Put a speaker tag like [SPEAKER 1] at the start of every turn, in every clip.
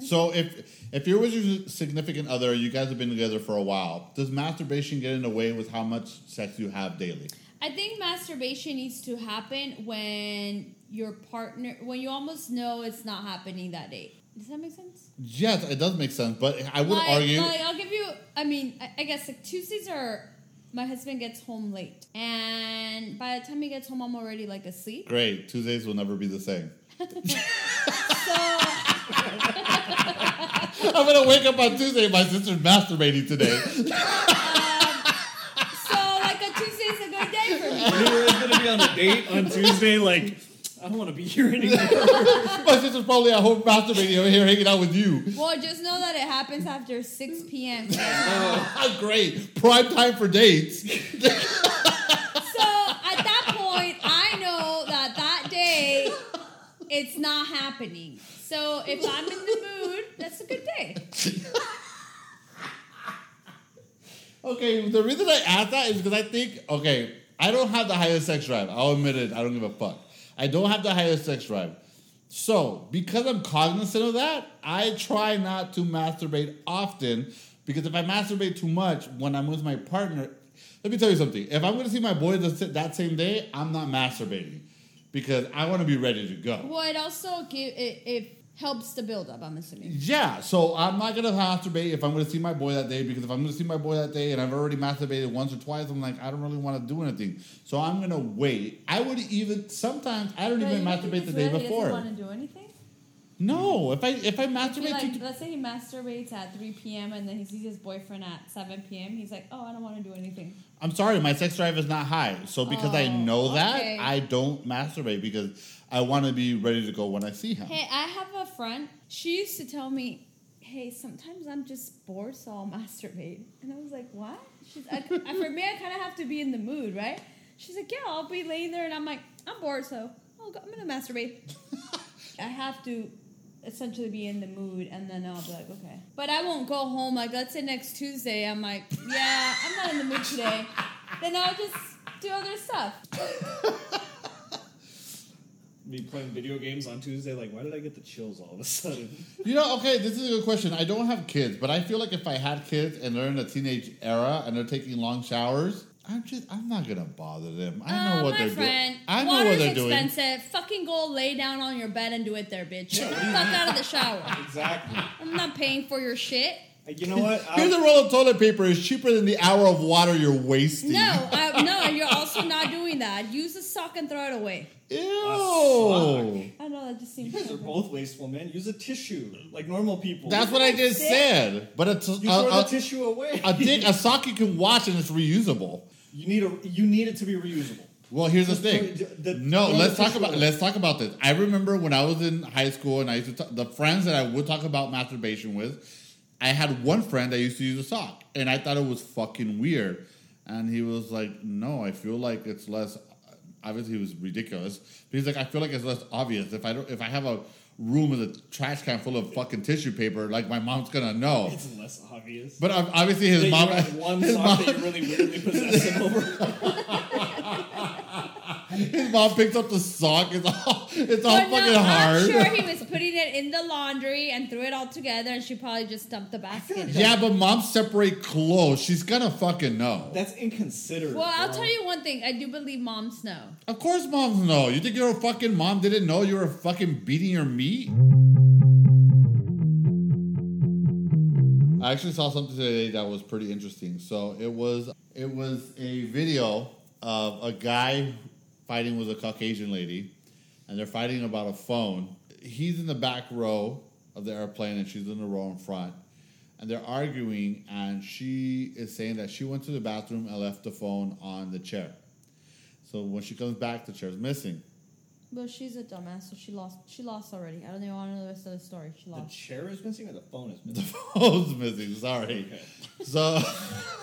[SPEAKER 1] So if if you're with your significant other, you guys have been together for a while. Does masturbation get in the way with how much sex you have daily?
[SPEAKER 2] I think masturbation needs to happen when your partner, when you almost know it's not happening that day. Does that make sense?
[SPEAKER 1] Yes, it does make sense, but I would
[SPEAKER 2] like,
[SPEAKER 1] argue.
[SPEAKER 2] like, I'll give you. I mean, I, I guess like Tuesdays are. My husband gets home late, and by the time he gets home, I'm already like asleep.
[SPEAKER 1] Great, Tuesdays will never be the same.
[SPEAKER 2] So
[SPEAKER 1] I'm gonna wake up on Tuesday. My sister's masturbating today.
[SPEAKER 2] So like a Tuesday's a good day for me.
[SPEAKER 3] We were gonna be on a date on Tuesday. Like, I don't want to be here anymore.
[SPEAKER 1] my sister's probably at home masturbating over here, hanging out with you.
[SPEAKER 2] Well, just know that it happens after 6 p.m. so
[SPEAKER 1] Great, prime time for dates.
[SPEAKER 2] at that point, I know that that day it's not happening. So if I'm in the mood, that's a good day.
[SPEAKER 1] Okay, the reason I ask that is because I think, okay, I don't have the highest sex drive. I'll admit it. I don't give a fuck. I don't have the highest sex drive. So, because I'm cognizant of that, I try not to masturbate often because if I masturbate too much when I'm with my partner, let me tell you something. If I'm going to see my boy the, that same day, I'm not masturbating because I want to be ready to go.
[SPEAKER 2] Well, it also give it, it helps the build up. I'm assuming.
[SPEAKER 1] Yeah, so I'm not gonna masturbate if I'm gonna see my boy that day because if I'm gonna see my boy that day and I've already masturbated once or twice, I'm like, I don't really wanna do anything. So I'm gonna wait. I would even sometimes I don't even masturbate the day
[SPEAKER 2] He
[SPEAKER 1] before.
[SPEAKER 2] doesn't want to do anything.
[SPEAKER 1] No, if I if I
[SPEAKER 2] I mean,
[SPEAKER 1] masturbate
[SPEAKER 2] like,
[SPEAKER 1] too
[SPEAKER 2] let's say he masturbates at 3 p.m. and then he sees his boyfriend at 7 p.m. He's like, "Oh, I don't want to do anything."
[SPEAKER 1] I'm sorry, my sex drive is not high. So because I
[SPEAKER 2] Oh,
[SPEAKER 1] know that,
[SPEAKER 2] okay.
[SPEAKER 1] I don't masturbate because I wanna be ready to go when I see him.
[SPEAKER 2] Hey, I have a friend. She used to tell me, "Hey, sometimes I'm just bored, so I'll masturbate." And I was like, "What?" She's I, I- for me. I kind of have to be in the mood, right? She's like, "Yeah, I'll be laying there," and I'm like, "I'm bored, so I'll go, I'm gonna masturbate." I have to essentially be in the mood, and then I'll be like, "Okay," but I won't go home. Like, let's say next Tuesday, I'm like, "Yeah, I'm not in the mood today." Then I'll just do other stuff.
[SPEAKER 3] Me playing video games on Tuesday. Like, why did I get the chills all of a sudden?
[SPEAKER 1] You know, okay, this is a good question. I don't have kids, but I feel like if I had kids and they're in a teenage era and they're taking long showers, I'm just I'm not gonna bother them. I know
[SPEAKER 2] Uh,
[SPEAKER 1] what
[SPEAKER 2] my
[SPEAKER 1] they're
[SPEAKER 2] friend,
[SPEAKER 1] doing. I know
[SPEAKER 2] water's
[SPEAKER 1] what they're doing.
[SPEAKER 2] expensive. Fucking go lay down on your bed and do it there, bitch. Get the fuck out of the shower.
[SPEAKER 3] Exactly.
[SPEAKER 2] I'm not paying for your shit.
[SPEAKER 3] You know what? Um,
[SPEAKER 1] Here's
[SPEAKER 3] I'll,
[SPEAKER 1] a roll of toilet paper. It's cheaper than the hour of water you're wasting.
[SPEAKER 2] No, I, no, and you're also not doing that. Use a sock and throw it away.
[SPEAKER 3] A
[SPEAKER 1] Ew.
[SPEAKER 2] I know that just seems.
[SPEAKER 3] you guys are both wasteful, man. Use a tissue, like normal people.
[SPEAKER 1] That's what I just
[SPEAKER 2] Sick.
[SPEAKER 1] said. But a, t-
[SPEAKER 3] you
[SPEAKER 1] a,
[SPEAKER 3] throw the
[SPEAKER 1] a,
[SPEAKER 3] tissue away.
[SPEAKER 1] a dick, a sock you can wash and it's reusable.
[SPEAKER 3] you need a. You need it to be reusable.
[SPEAKER 1] Well, here's the
[SPEAKER 3] Just throw
[SPEAKER 1] thing.
[SPEAKER 3] it- the-
[SPEAKER 1] no,
[SPEAKER 3] throw
[SPEAKER 1] let's
[SPEAKER 3] the
[SPEAKER 1] talk
[SPEAKER 3] tissue
[SPEAKER 1] about
[SPEAKER 3] away.
[SPEAKER 1] let's talk about this. I remember when I was in high school and I used to talk, the friends that I would talk about masturbation with. I had one friend that used to use a sock, and I thought it was fucking weird. And he was like, "No, I feel like it's less." Obviously, he was ridiculous. But he's like, "I feel like it's less obvious if I don't if I have a room with a trash can full of fucking tissue paper. Like my mom's gonna know."
[SPEAKER 3] It's less obvious.
[SPEAKER 1] But ob- obviously, his
[SPEAKER 3] That you
[SPEAKER 1] mom.
[SPEAKER 3] have one
[SPEAKER 1] his
[SPEAKER 3] sock
[SPEAKER 1] mom-
[SPEAKER 3] that you're really weirdly possessive over.
[SPEAKER 1] His mom picks up the sock. It's all it's all
[SPEAKER 2] But no,
[SPEAKER 1] fucking hard.
[SPEAKER 2] I'm sure he was putting it in the laundry and threw it all together, and she probably just dumped the basket.
[SPEAKER 1] Yeah, but moms separate clothes. She's gonna fucking know.
[SPEAKER 3] That's inconsiderate.
[SPEAKER 2] Well, I'll
[SPEAKER 3] bro.
[SPEAKER 2] tell you one thing. I do believe moms know.
[SPEAKER 1] Of course, moms know. You think your fucking mom didn't know you were fucking beating your meat? I actually saw something today that was pretty interesting. So it was it was a video of a guy fighting with a Caucasian lady, and they're fighting about a phone. He's in the back row of the airplane, and she's in the row in front, and they're arguing. And she is saying that she went to the bathroom and left the phone on the chair. So when she comes back, the chair's missing.
[SPEAKER 2] But she's a dumbass, so she lost. She lost already. I don't even want to know the rest of the story. She
[SPEAKER 3] The
[SPEAKER 2] lost.
[SPEAKER 3] chair is missing or the phone is missing?
[SPEAKER 1] Phone's missing. Sorry.
[SPEAKER 3] Okay.
[SPEAKER 1] So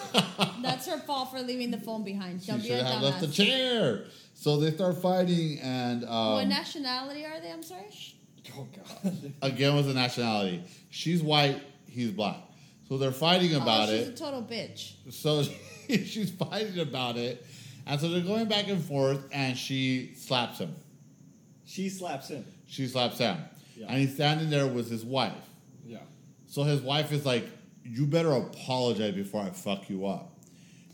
[SPEAKER 2] That's her fault for leaving the phone behind.
[SPEAKER 1] she
[SPEAKER 2] Don't be
[SPEAKER 1] should
[SPEAKER 2] a
[SPEAKER 1] have left the
[SPEAKER 2] dumbass.
[SPEAKER 1] chair. So they start fighting, and
[SPEAKER 2] what
[SPEAKER 1] um,
[SPEAKER 2] nationality are they? I'm sorry.
[SPEAKER 3] Oh, God.
[SPEAKER 1] again was the nationality. She's white. He's black. So they're fighting about
[SPEAKER 2] oh,
[SPEAKER 1] it.
[SPEAKER 2] She's a total bitch.
[SPEAKER 1] So she's fighting about it, and so they're going back and forth, and she slaps him.
[SPEAKER 3] She slaps him.
[SPEAKER 1] She slaps him,
[SPEAKER 3] Yeah.
[SPEAKER 1] and he's standing there with his wife.
[SPEAKER 3] Yeah.
[SPEAKER 1] So his wife is like, "You better apologize before I fuck you up."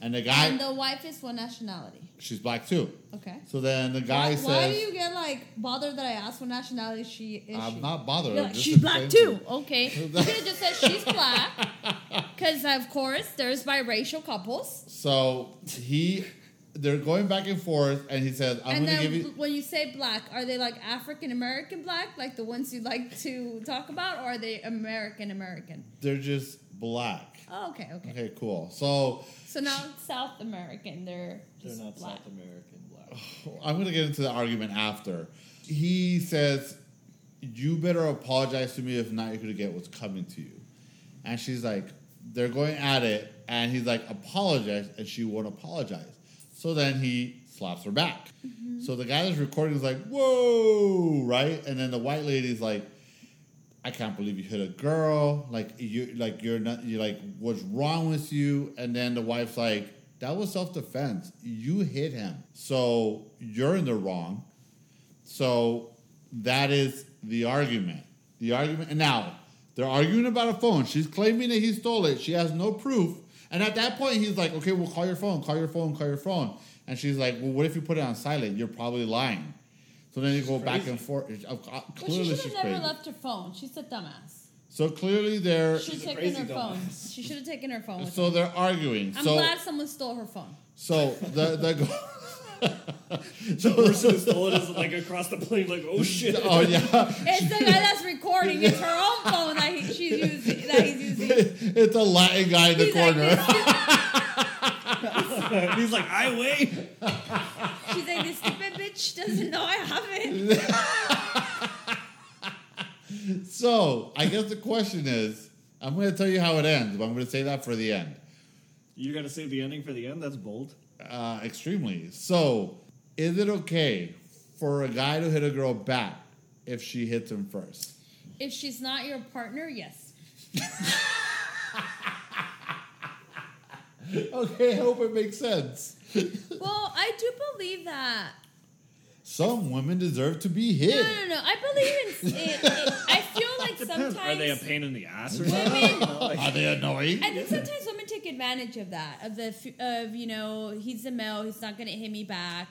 [SPEAKER 1] And the guy,
[SPEAKER 2] and the wife is what nationality?
[SPEAKER 1] she's black too.
[SPEAKER 2] Okay.
[SPEAKER 1] So then the guy
[SPEAKER 2] why,
[SPEAKER 1] says,
[SPEAKER 2] why do you get like bothered that I asked what nationality she is?
[SPEAKER 1] "I'm
[SPEAKER 2] she?
[SPEAKER 1] not bothered."
[SPEAKER 2] You're
[SPEAKER 1] I'm
[SPEAKER 2] like,
[SPEAKER 1] just
[SPEAKER 2] she's black
[SPEAKER 1] explaining
[SPEAKER 2] too. Okay. You could have just said she's black. Because, of course, there's biracial couples.
[SPEAKER 1] to-" So he, they're going back and forth, and he says, "I'm going
[SPEAKER 2] and then
[SPEAKER 1] to give you."
[SPEAKER 2] bl- when you say black, are they like African American black, like the ones you like to talk about, or are they American American?
[SPEAKER 1] They're just black.
[SPEAKER 2] Oh, okay, okay.
[SPEAKER 1] Okay, cool. So
[SPEAKER 2] So now South American, they're
[SPEAKER 3] They're
[SPEAKER 2] just
[SPEAKER 3] not
[SPEAKER 2] black.
[SPEAKER 3] South American black.
[SPEAKER 1] I'm going to get into the argument after. He says, You better apologize to me. If not, you're going to get what's coming to you. And she's like, They're going at it. And he's like, Apologize. And she won't apologize. So then he slaps her back. So the guy that's recording is like, Whoa, right? And then the white lady's like, I can't believe you hit a girl. Like you, like you're not. You like what's wrong with you? And then the wife's like, that was self defense. You hit him, so you're in the wrong. So that is the argument. The argument. And now they're arguing about a phone. She's claiming that he stole it. She has no proof. And at that point, he's like, okay, well, call your phone, call your phone, call your phone. And she's like, well, what if you put it on silent? You're probably lying. So then you go back
[SPEAKER 3] crazy.
[SPEAKER 1] and forth. Uh, uh,
[SPEAKER 2] But she
[SPEAKER 1] Clearly,
[SPEAKER 2] should
[SPEAKER 1] she's
[SPEAKER 2] have never
[SPEAKER 1] crazy.
[SPEAKER 2] left her phone. She's a dumbass.
[SPEAKER 1] So clearly they're
[SPEAKER 2] She should
[SPEAKER 3] She's a
[SPEAKER 2] have taken
[SPEAKER 3] crazy
[SPEAKER 2] her phone.
[SPEAKER 3] dumbass.
[SPEAKER 2] She should have taken her phone. With her.
[SPEAKER 1] so they're arguing.
[SPEAKER 2] I'm
[SPEAKER 1] so
[SPEAKER 2] glad someone stole her phone.
[SPEAKER 1] so the the
[SPEAKER 3] person who stole it is like across the plane, like, oh shit.
[SPEAKER 1] oh yeah,
[SPEAKER 2] It's the guy that's recording. It's her own phone that he, she's using. That he's using.
[SPEAKER 1] it's a Latin guy in the
[SPEAKER 2] He's like,
[SPEAKER 1] corner.
[SPEAKER 2] this stu-
[SPEAKER 3] He's like, I wait.
[SPEAKER 2] she's like, this stupid bitch doesn't know I have it.
[SPEAKER 1] so I guess the question is, I'm going to tell you how it ends, but I'm going to say that for the end.
[SPEAKER 3] You're gonna save the ending for the end? That's bold.
[SPEAKER 1] Uh, extremely. So is it okay for a guy to hit a girl back if she hits him first?
[SPEAKER 2] If she's not your partner, yes.
[SPEAKER 1] Okay, I hope it makes sense.
[SPEAKER 2] Well, I do believe that.
[SPEAKER 1] Some women deserve to be hit.
[SPEAKER 2] No, no, no. I believe in. It, it, I feel like sometimes.
[SPEAKER 3] Are they a pain in the ass or
[SPEAKER 2] Women-
[SPEAKER 3] something?
[SPEAKER 1] Are
[SPEAKER 3] Like,
[SPEAKER 1] they annoying?
[SPEAKER 2] I think sometimes women take advantage of that, of the f- of you know he's a male, he's not gonna hit me back,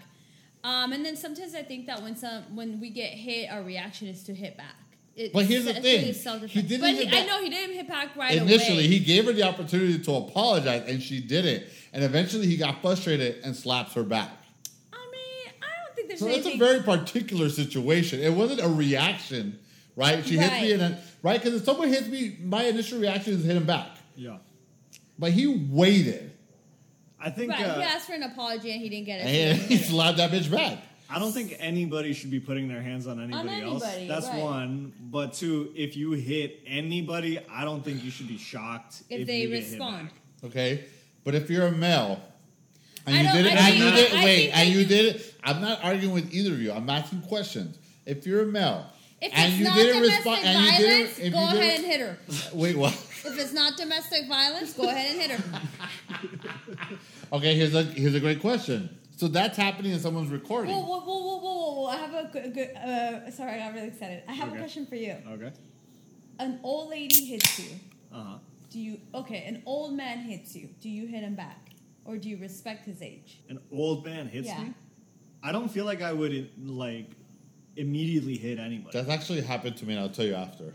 [SPEAKER 2] um, and then sometimes I think that when some when we get hit, our reaction is to hit back. It's
[SPEAKER 1] But here's the
[SPEAKER 2] it's
[SPEAKER 1] thing.
[SPEAKER 2] really self-defense.
[SPEAKER 1] He didn't
[SPEAKER 2] But
[SPEAKER 1] hit
[SPEAKER 2] he, I
[SPEAKER 1] back-
[SPEAKER 2] know he didn't hit back right
[SPEAKER 1] Initially,
[SPEAKER 2] away.
[SPEAKER 1] he gave her the opportunity to apologize, and she didn't. And eventually, he got frustrated and slaps her back.
[SPEAKER 2] I mean, I don't think there's
[SPEAKER 1] So it's
[SPEAKER 2] anything.
[SPEAKER 1] a very particular situation. It wasn't a reaction, right? She hits me,
[SPEAKER 2] Right.
[SPEAKER 1] in a, right? Because if someone hits me, my initial reaction is hit him back.
[SPEAKER 3] yeah.
[SPEAKER 1] But he waited,
[SPEAKER 3] I think
[SPEAKER 2] right,
[SPEAKER 3] uh,
[SPEAKER 2] he asked for an apology and he didn't get
[SPEAKER 1] and
[SPEAKER 2] it.
[SPEAKER 1] he slapped that bitch back.
[SPEAKER 3] I don't think anybody should be putting their hands on anybody,
[SPEAKER 2] anybody,
[SPEAKER 3] else. That's
[SPEAKER 2] right.
[SPEAKER 3] one. But two, if you hit anybody, I don't think you should be shocked
[SPEAKER 2] If they
[SPEAKER 3] you get hit
[SPEAKER 2] respond,
[SPEAKER 3] back.
[SPEAKER 1] Okay, but if you're a male and
[SPEAKER 2] I
[SPEAKER 1] you
[SPEAKER 2] don't-
[SPEAKER 1] did it,
[SPEAKER 2] I
[SPEAKER 1] and
[SPEAKER 2] think-
[SPEAKER 1] you did
[SPEAKER 2] I
[SPEAKER 1] wait,
[SPEAKER 2] think
[SPEAKER 1] and
[SPEAKER 2] that
[SPEAKER 1] you
[SPEAKER 2] you-
[SPEAKER 1] did it, I'm not arguing with either of you. I'm asking questions. If you're a male
[SPEAKER 2] if
[SPEAKER 1] and
[SPEAKER 2] it's
[SPEAKER 1] you
[SPEAKER 2] not
[SPEAKER 1] didn't
[SPEAKER 2] domestic
[SPEAKER 1] respond, and you
[SPEAKER 2] violence,
[SPEAKER 1] didn't, if
[SPEAKER 2] go
[SPEAKER 1] you
[SPEAKER 2] ahead and
[SPEAKER 1] didn't,
[SPEAKER 2] hit her.
[SPEAKER 1] wait, what?
[SPEAKER 2] If it's not domestic violence, go ahead and hit her.
[SPEAKER 1] Okay, here's a here's a great question. So that's happening and someone's recording.
[SPEAKER 2] Whoa, whoa, whoa, whoa, whoa, whoa! I have a good. good uh, sorry, I got really excited. I have a
[SPEAKER 3] Okay.
[SPEAKER 2] question for you.
[SPEAKER 3] Okay.
[SPEAKER 2] An old lady hits you.
[SPEAKER 3] Uh huh.
[SPEAKER 2] Do you okay? An old man hits you. Do you hit him back, or do you respect his age?
[SPEAKER 3] An old man hits
[SPEAKER 2] Yeah.
[SPEAKER 3] me. I don't feel like I would like immediately hit anybody.
[SPEAKER 1] That's actually happened to me, and I'll tell you after.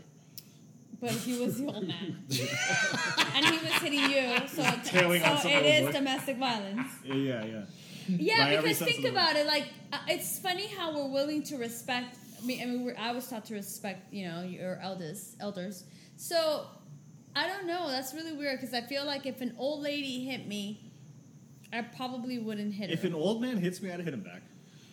[SPEAKER 2] But he was the old man, and he was hitting you. So,
[SPEAKER 3] Tailing on
[SPEAKER 2] so
[SPEAKER 3] some
[SPEAKER 2] it
[SPEAKER 3] old
[SPEAKER 2] is
[SPEAKER 3] boy.
[SPEAKER 2] domestic violence.
[SPEAKER 3] yeah, yeah. By
[SPEAKER 2] Yeah,
[SPEAKER 3] every
[SPEAKER 2] because
[SPEAKER 3] sense
[SPEAKER 2] think
[SPEAKER 3] of the word.
[SPEAKER 2] about it. Like, uh, it's funny how we're willing to respect. I mean, I, mean we're, I was taught to respect, you know, your elders, elders. So, I don't know. That's really weird because I feel like if an old lady hit me, I probably wouldn't hit
[SPEAKER 3] If
[SPEAKER 2] her.
[SPEAKER 3] an old man hits me, I'd hit him back.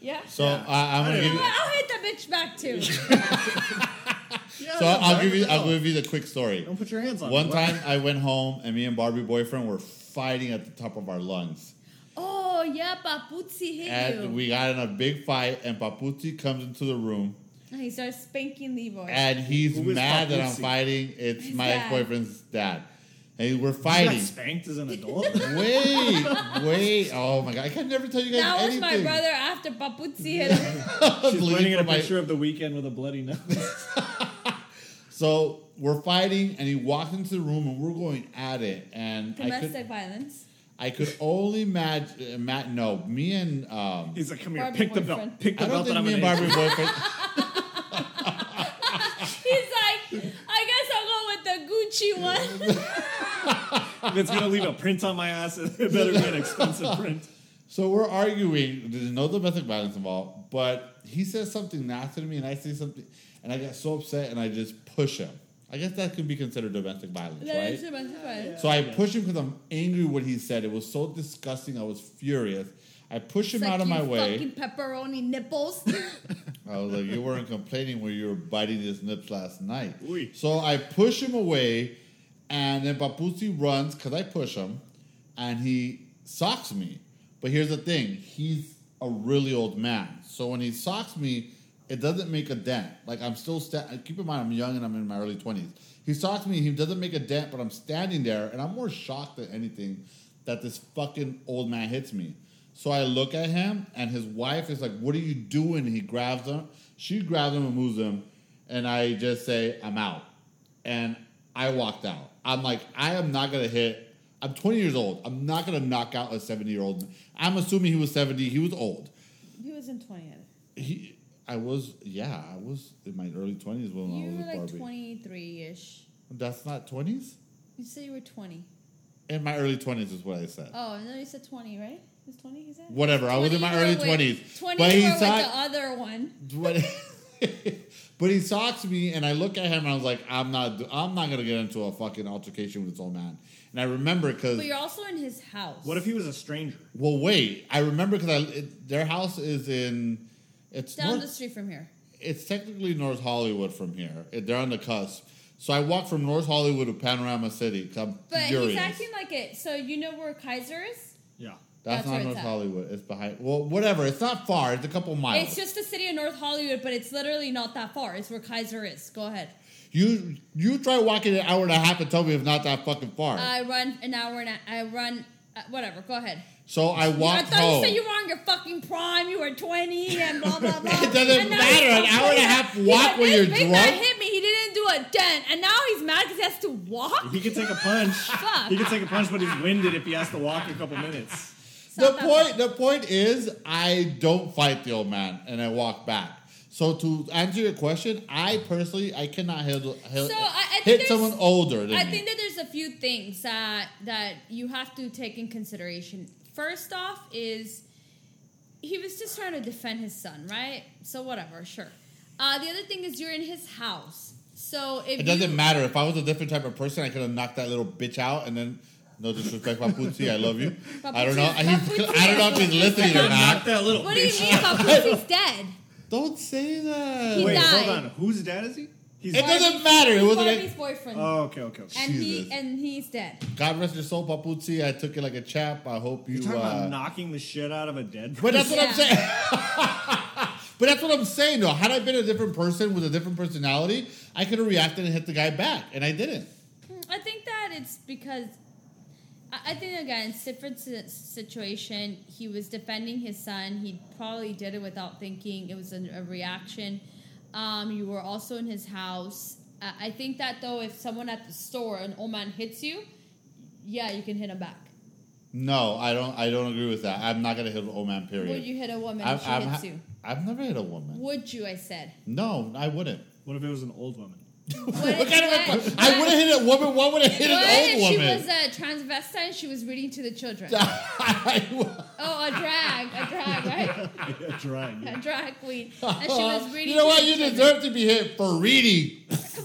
[SPEAKER 2] yeah.
[SPEAKER 1] So
[SPEAKER 3] Yeah.
[SPEAKER 1] I,
[SPEAKER 3] I
[SPEAKER 1] I'm gonna
[SPEAKER 3] don't
[SPEAKER 1] give
[SPEAKER 2] You
[SPEAKER 1] you,
[SPEAKER 2] know what? I'll hit that bitch back too.
[SPEAKER 3] Yeah,
[SPEAKER 1] so
[SPEAKER 3] yeah,
[SPEAKER 1] I'll
[SPEAKER 3] back
[SPEAKER 1] give you
[SPEAKER 3] it
[SPEAKER 1] I'll
[SPEAKER 3] up.
[SPEAKER 1] give you the quick story.
[SPEAKER 3] Don't put your hands on
[SPEAKER 1] One
[SPEAKER 3] me.
[SPEAKER 1] time I went home and me and Barbie boyfriend were fighting at the top of our lungs,
[SPEAKER 2] oh yeah, Papuzzi hit you.
[SPEAKER 1] and we got in a big fight. And Paputi comes into the room,
[SPEAKER 2] And he starts spanking Leroy.
[SPEAKER 1] and he's
[SPEAKER 3] Who is
[SPEAKER 1] mad that I'm
[SPEAKER 3] Papuzi?
[SPEAKER 1] fighting. It's
[SPEAKER 2] His
[SPEAKER 1] my
[SPEAKER 2] dad.
[SPEAKER 1] ex boyfriend's dad, and we're
[SPEAKER 3] I got
[SPEAKER 1] fighting.
[SPEAKER 3] spanked as an adult.
[SPEAKER 1] Wait, wait! Oh my god, I can never tell you guys
[SPEAKER 2] that was
[SPEAKER 1] anything.
[SPEAKER 2] my brother after Papuzzi hit him.
[SPEAKER 1] I'm
[SPEAKER 3] She's
[SPEAKER 1] bleeding
[SPEAKER 3] pointing at a
[SPEAKER 1] from my-
[SPEAKER 3] picture of the weekend with a bloody nose.
[SPEAKER 1] So we're fighting, and he walked into the room, and we're going at it. And I
[SPEAKER 2] Domestic
[SPEAKER 1] could,
[SPEAKER 2] violence.
[SPEAKER 1] I could only imagine. Matt, no, me and um,
[SPEAKER 3] He's like, come here,
[SPEAKER 2] Barbie
[SPEAKER 3] pick the
[SPEAKER 2] boyfriend.
[SPEAKER 3] belt. Pick the
[SPEAKER 1] I
[SPEAKER 3] belt
[SPEAKER 1] don't
[SPEAKER 3] that
[SPEAKER 1] think
[SPEAKER 3] I'm
[SPEAKER 1] me
[SPEAKER 3] going
[SPEAKER 1] and
[SPEAKER 3] to
[SPEAKER 1] Barbie boyfriend.
[SPEAKER 2] He's like, I guess I'll go with the Gucci one.
[SPEAKER 3] If it's going to leave a print on my ass, it better be an expensive print.
[SPEAKER 1] So we're arguing. There's no domestic violence involved, but he says something nasty to me, and I say something, and I get so upset, and I just push him. I guess that could be considered domestic violence,
[SPEAKER 2] That
[SPEAKER 1] right?
[SPEAKER 2] is domestic violence.
[SPEAKER 1] So I push him because I'm angry what he said. It was so disgusting. I was furious. I push him
[SPEAKER 2] It's like,
[SPEAKER 1] out of
[SPEAKER 2] you
[SPEAKER 1] my way.
[SPEAKER 2] Fucking pepperoni nipples.
[SPEAKER 1] I was like, you weren't complaining when you were biting his nips last night.
[SPEAKER 3] Oui.
[SPEAKER 1] So I push him away, and then Papusi runs because I push him, and he socks me. But here's the thing: he's a really old man, so when he socks me, it doesn't make a dent. Like I'm still sta- keep in mind I'm young and I'm in my early twenties. He socks me, he doesn't make a dent, but I'm standing there, and I'm more shocked than anything that this fucking old man hits me. So I look at him, and his wife is like, "What are you doing?" He grabs him. She grabs him and moves him, and I just say, "I'm out," and I walked out. I'm like, I am not gonna hit. I'm 20 years old. I'm not gonna knock out a 70 year old. I'm assuming he was 70. He was old.
[SPEAKER 2] he was in 20. I think.
[SPEAKER 1] He, I was, yeah, I was in my early 20s when I
[SPEAKER 2] You
[SPEAKER 1] was
[SPEAKER 2] were
[SPEAKER 1] with
[SPEAKER 2] like
[SPEAKER 1] Barbie.
[SPEAKER 2] 23 ish.
[SPEAKER 1] That's not 20s.
[SPEAKER 2] You said you were 20.
[SPEAKER 1] In my early 20s is what I said.
[SPEAKER 2] Oh, no, you said 20, right? It was 20, you said?
[SPEAKER 1] Whatever. I was in my early 20s.
[SPEAKER 2] 20
[SPEAKER 1] but
[SPEAKER 2] you
[SPEAKER 1] he
[SPEAKER 2] were with the
[SPEAKER 1] saw,
[SPEAKER 2] other one.
[SPEAKER 1] but, but he socks me, and I look at him, and I was like, I'm not, I'm not gonna get into a fucking altercation with this old man. And I remember because
[SPEAKER 2] But you're also in his house.
[SPEAKER 3] What if he was a stranger?
[SPEAKER 1] Well, wait. I remember because I it, their house is in it's
[SPEAKER 2] Down the
[SPEAKER 1] north,
[SPEAKER 2] street from here.
[SPEAKER 1] it's technically North Hollywood from here. It, they're on the cusp. So I walk from North Hollywood to Panorama City. 'cause I'm
[SPEAKER 2] But
[SPEAKER 1] furious.
[SPEAKER 2] he's acting like it. So you know where Kaiser is?
[SPEAKER 3] Yeah.
[SPEAKER 1] That's,
[SPEAKER 2] that's where
[SPEAKER 1] not
[SPEAKER 2] it's
[SPEAKER 1] North
[SPEAKER 2] at.
[SPEAKER 1] Hollywood. It's behind. Well, whatever. It's not far. It's a couple miles.
[SPEAKER 2] It's just the city of North Hollywood, but it's literally not that far. It's where Kaiser is. Go ahead.
[SPEAKER 1] you you try walking an hour and a half and tell me it's not that fucking far.
[SPEAKER 2] I run an hour and a, I run uh, whatever. Go ahead.
[SPEAKER 1] so I walk
[SPEAKER 2] I thought
[SPEAKER 1] home.
[SPEAKER 2] you said you were on your fucking prime. You were twenty and blah blah blah.
[SPEAKER 1] It doesn't
[SPEAKER 2] And now
[SPEAKER 1] matter,
[SPEAKER 2] he's
[SPEAKER 1] an hour and a
[SPEAKER 2] complaining.
[SPEAKER 1] half
[SPEAKER 2] He's
[SPEAKER 1] walk
[SPEAKER 2] like,
[SPEAKER 1] when
[SPEAKER 2] "This
[SPEAKER 1] you're
[SPEAKER 2] big
[SPEAKER 1] drunk?"
[SPEAKER 2] guy hit me. He didn't do a dent, and now he's mad because he has to walk.
[SPEAKER 3] He could take a punch.
[SPEAKER 2] Fuck.
[SPEAKER 3] He could take a punch, but he's winded if he has to walk a couple minutes.
[SPEAKER 2] It's
[SPEAKER 1] the
[SPEAKER 2] not that
[SPEAKER 1] point the point is I don't fight the old man and I walk back. So to answer your question, I personally I cannot handle, handle
[SPEAKER 2] So, I- I
[SPEAKER 1] hit
[SPEAKER 2] think there's-
[SPEAKER 1] someone older than
[SPEAKER 2] I
[SPEAKER 1] me.
[SPEAKER 2] think that there's a few things that that you have to take in consideration. First off, is he was just trying to defend his son, right? So whatever, sure. Uh, the other thing is you're in his house, so if
[SPEAKER 1] it doesn't
[SPEAKER 2] you,
[SPEAKER 1] matter. If I was a different type of person, I could have knocked that little bitch out and then no disrespect, Papuzi, I love you. I don't know. He's, I don't know if he's listening or
[SPEAKER 3] Knock
[SPEAKER 1] not.
[SPEAKER 3] that little
[SPEAKER 2] What do you
[SPEAKER 3] bitch
[SPEAKER 2] mean?
[SPEAKER 3] out.
[SPEAKER 2] Papuzi's dead.
[SPEAKER 1] Don't say that.
[SPEAKER 2] He
[SPEAKER 3] Wait,
[SPEAKER 2] died.
[SPEAKER 3] hold on. Whose dad is he? He's
[SPEAKER 1] It doesn't matter. It
[SPEAKER 2] He's
[SPEAKER 1] wasn't a-
[SPEAKER 2] Barbie's boyfriend,
[SPEAKER 3] Oh, okay, okay, okay.
[SPEAKER 2] and
[SPEAKER 1] Jesus.
[SPEAKER 2] he and he's dead.
[SPEAKER 1] God rest your soul, Papuzi. I took it like a chap. I hope you.
[SPEAKER 3] You're talking
[SPEAKER 1] uh,
[SPEAKER 3] about knocking the shit out of a dead
[SPEAKER 1] But that's what I'm
[SPEAKER 2] Yeah.
[SPEAKER 1] saying. but that's what I'm saying, though. Had I been a different person with a different personality, I could have reacted and hit the guy back, and I didn't.
[SPEAKER 2] I think that it's because I, I think again, it's different si- situation. He was defending his son. He probably did it without thinking. It was a, a reaction. Um, you were also in his house. I, I think that though, if someone at the store, an old man hits you, yeah, you can hit him back.
[SPEAKER 1] No, I don't. I don't agree with that. I'm not gonna hit an old man. Period.
[SPEAKER 2] Would you hit a woman
[SPEAKER 1] I'm,
[SPEAKER 2] if she
[SPEAKER 1] I'm
[SPEAKER 2] hits
[SPEAKER 1] ha-
[SPEAKER 2] you?
[SPEAKER 1] I've never hit a woman.
[SPEAKER 2] Would you? I said.
[SPEAKER 1] No, I wouldn't.
[SPEAKER 3] What if it was an old woman?
[SPEAKER 2] What,
[SPEAKER 1] What kind of a
[SPEAKER 2] what-
[SPEAKER 1] que- I would have hit a woman. Why would I hit
[SPEAKER 2] what
[SPEAKER 1] an
[SPEAKER 2] if
[SPEAKER 1] old
[SPEAKER 2] she
[SPEAKER 1] woman?
[SPEAKER 2] was a transvestite and she was reading to the children?
[SPEAKER 1] I would-
[SPEAKER 2] oh, a drag, a drag, right?
[SPEAKER 3] yeah, drying.
[SPEAKER 2] a drag queen. And she was reading.
[SPEAKER 1] you know
[SPEAKER 2] to
[SPEAKER 1] what?
[SPEAKER 2] the
[SPEAKER 1] You
[SPEAKER 2] children.
[SPEAKER 1] deserve to be hit for reading.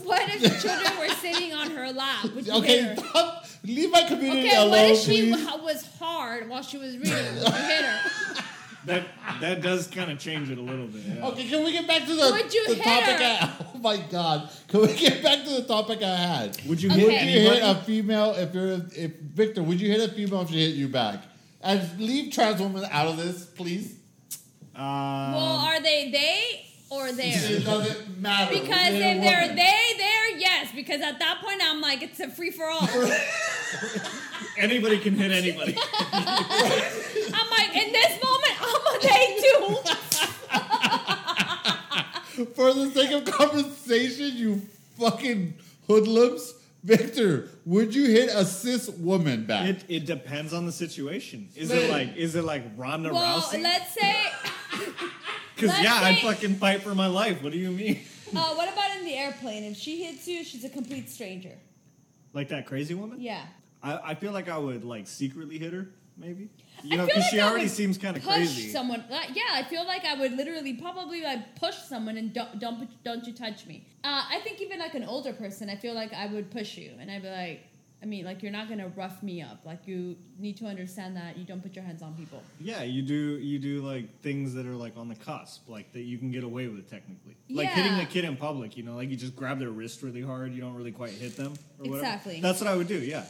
[SPEAKER 2] What if the children were sitting on her lap? Would you
[SPEAKER 1] Okay,
[SPEAKER 2] hit her?
[SPEAKER 1] stop. leave my community
[SPEAKER 2] Okay,
[SPEAKER 1] alone,
[SPEAKER 2] what if she
[SPEAKER 1] please.
[SPEAKER 2] w- was hard while she was reading? Would you hit her?
[SPEAKER 3] That that does kind of change it a little bit.
[SPEAKER 2] Oh,
[SPEAKER 3] yeah.
[SPEAKER 1] Okay, can we get back to the,
[SPEAKER 2] Would you
[SPEAKER 1] the
[SPEAKER 2] hit
[SPEAKER 1] topic?
[SPEAKER 2] her?
[SPEAKER 1] I, oh my god! Can we get back to the topic I had?
[SPEAKER 3] Would you
[SPEAKER 2] Okay.
[SPEAKER 1] Would
[SPEAKER 3] hit
[SPEAKER 1] you
[SPEAKER 2] Would
[SPEAKER 1] hit
[SPEAKER 3] anybody?
[SPEAKER 1] a female if you're if Victor? Would you hit a female if she hit you back? And leave trans women out of this, please. Um,
[SPEAKER 3] Uh,
[SPEAKER 2] Well, are they they or there?
[SPEAKER 1] It doesn't matter. We
[SPEAKER 2] Because
[SPEAKER 1] hit a
[SPEAKER 2] if they're
[SPEAKER 1] woman.
[SPEAKER 2] they there, yes. Because at that point, I'm like, it's a free for all.
[SPEAKER 3] anybody can hit anybody.
[SPEAKER 2] I'm like, in this moment, I'm a they too.
[SPEAKER 1] for the sake of conversation, you fucking hoodlums. Victor, would you hit a cis woman back?
[SPEAKER 4] It, it depends on the situation. Is
[SPEAKER 1] Man.
[SPEAKER 4] it like is it like Ronda
[SPEAKER 2] Well,
[SPEAKER 4] Rousey?
[SPEAKER 2] let's say.
[SPEAKER 4] Because
[SPEAKER 2] let's
[SPEAKER 4] yeah, I'd
[SPEAKER 2] say-
[SPEAKER 4] fucking fight for my life. What do you mean?
[SPEAKER 2] Uh, what about in the airplane? If she hits you, she's a complete stranger.
[SPEAKER 4] Like that crazy woman?
[SPEAKER 2] Yeah.
[SPEAKER 4] I, I feel like I would like secretly hit her, maybe.
[SPEAKER 2] I
[SPEAKER 4] You know,
[SPEAKER 2] feel
[SPEAKER 4] because
[SPEAKER 2] like
[SPEAKER 4] she
[SPEAKER 2] I
[SPEAKER 4] already
[SPEAKER 2] would
[SPEAKER 4] seems kind of
[SPEAKER 2] push
[SPEAKER 4] crazy.
[SPEAKER 2] someone. Like, yeah, I feel like I would literally probably like push someone and don't don't don't you touch me. Uh, I think even like an older person, I feel like I would push you and I'd be like, I mean, like you're not gonna rough me up. Like you need to understand that you don't put your hands on people.
[SPEAKER 4] Yeah, you do you do like things that are like on the cusp, like that you can get away with technically. Like hitting
[SPEAKER 2] Yeah.
[SPEAKER 4] a kid in public, you know, like you just grab their wrist really hard, you don't really quite hit them or whatever.
[SPEAKER 2] Exactly.
[SPEAKER 4] That's what I would do, yeah.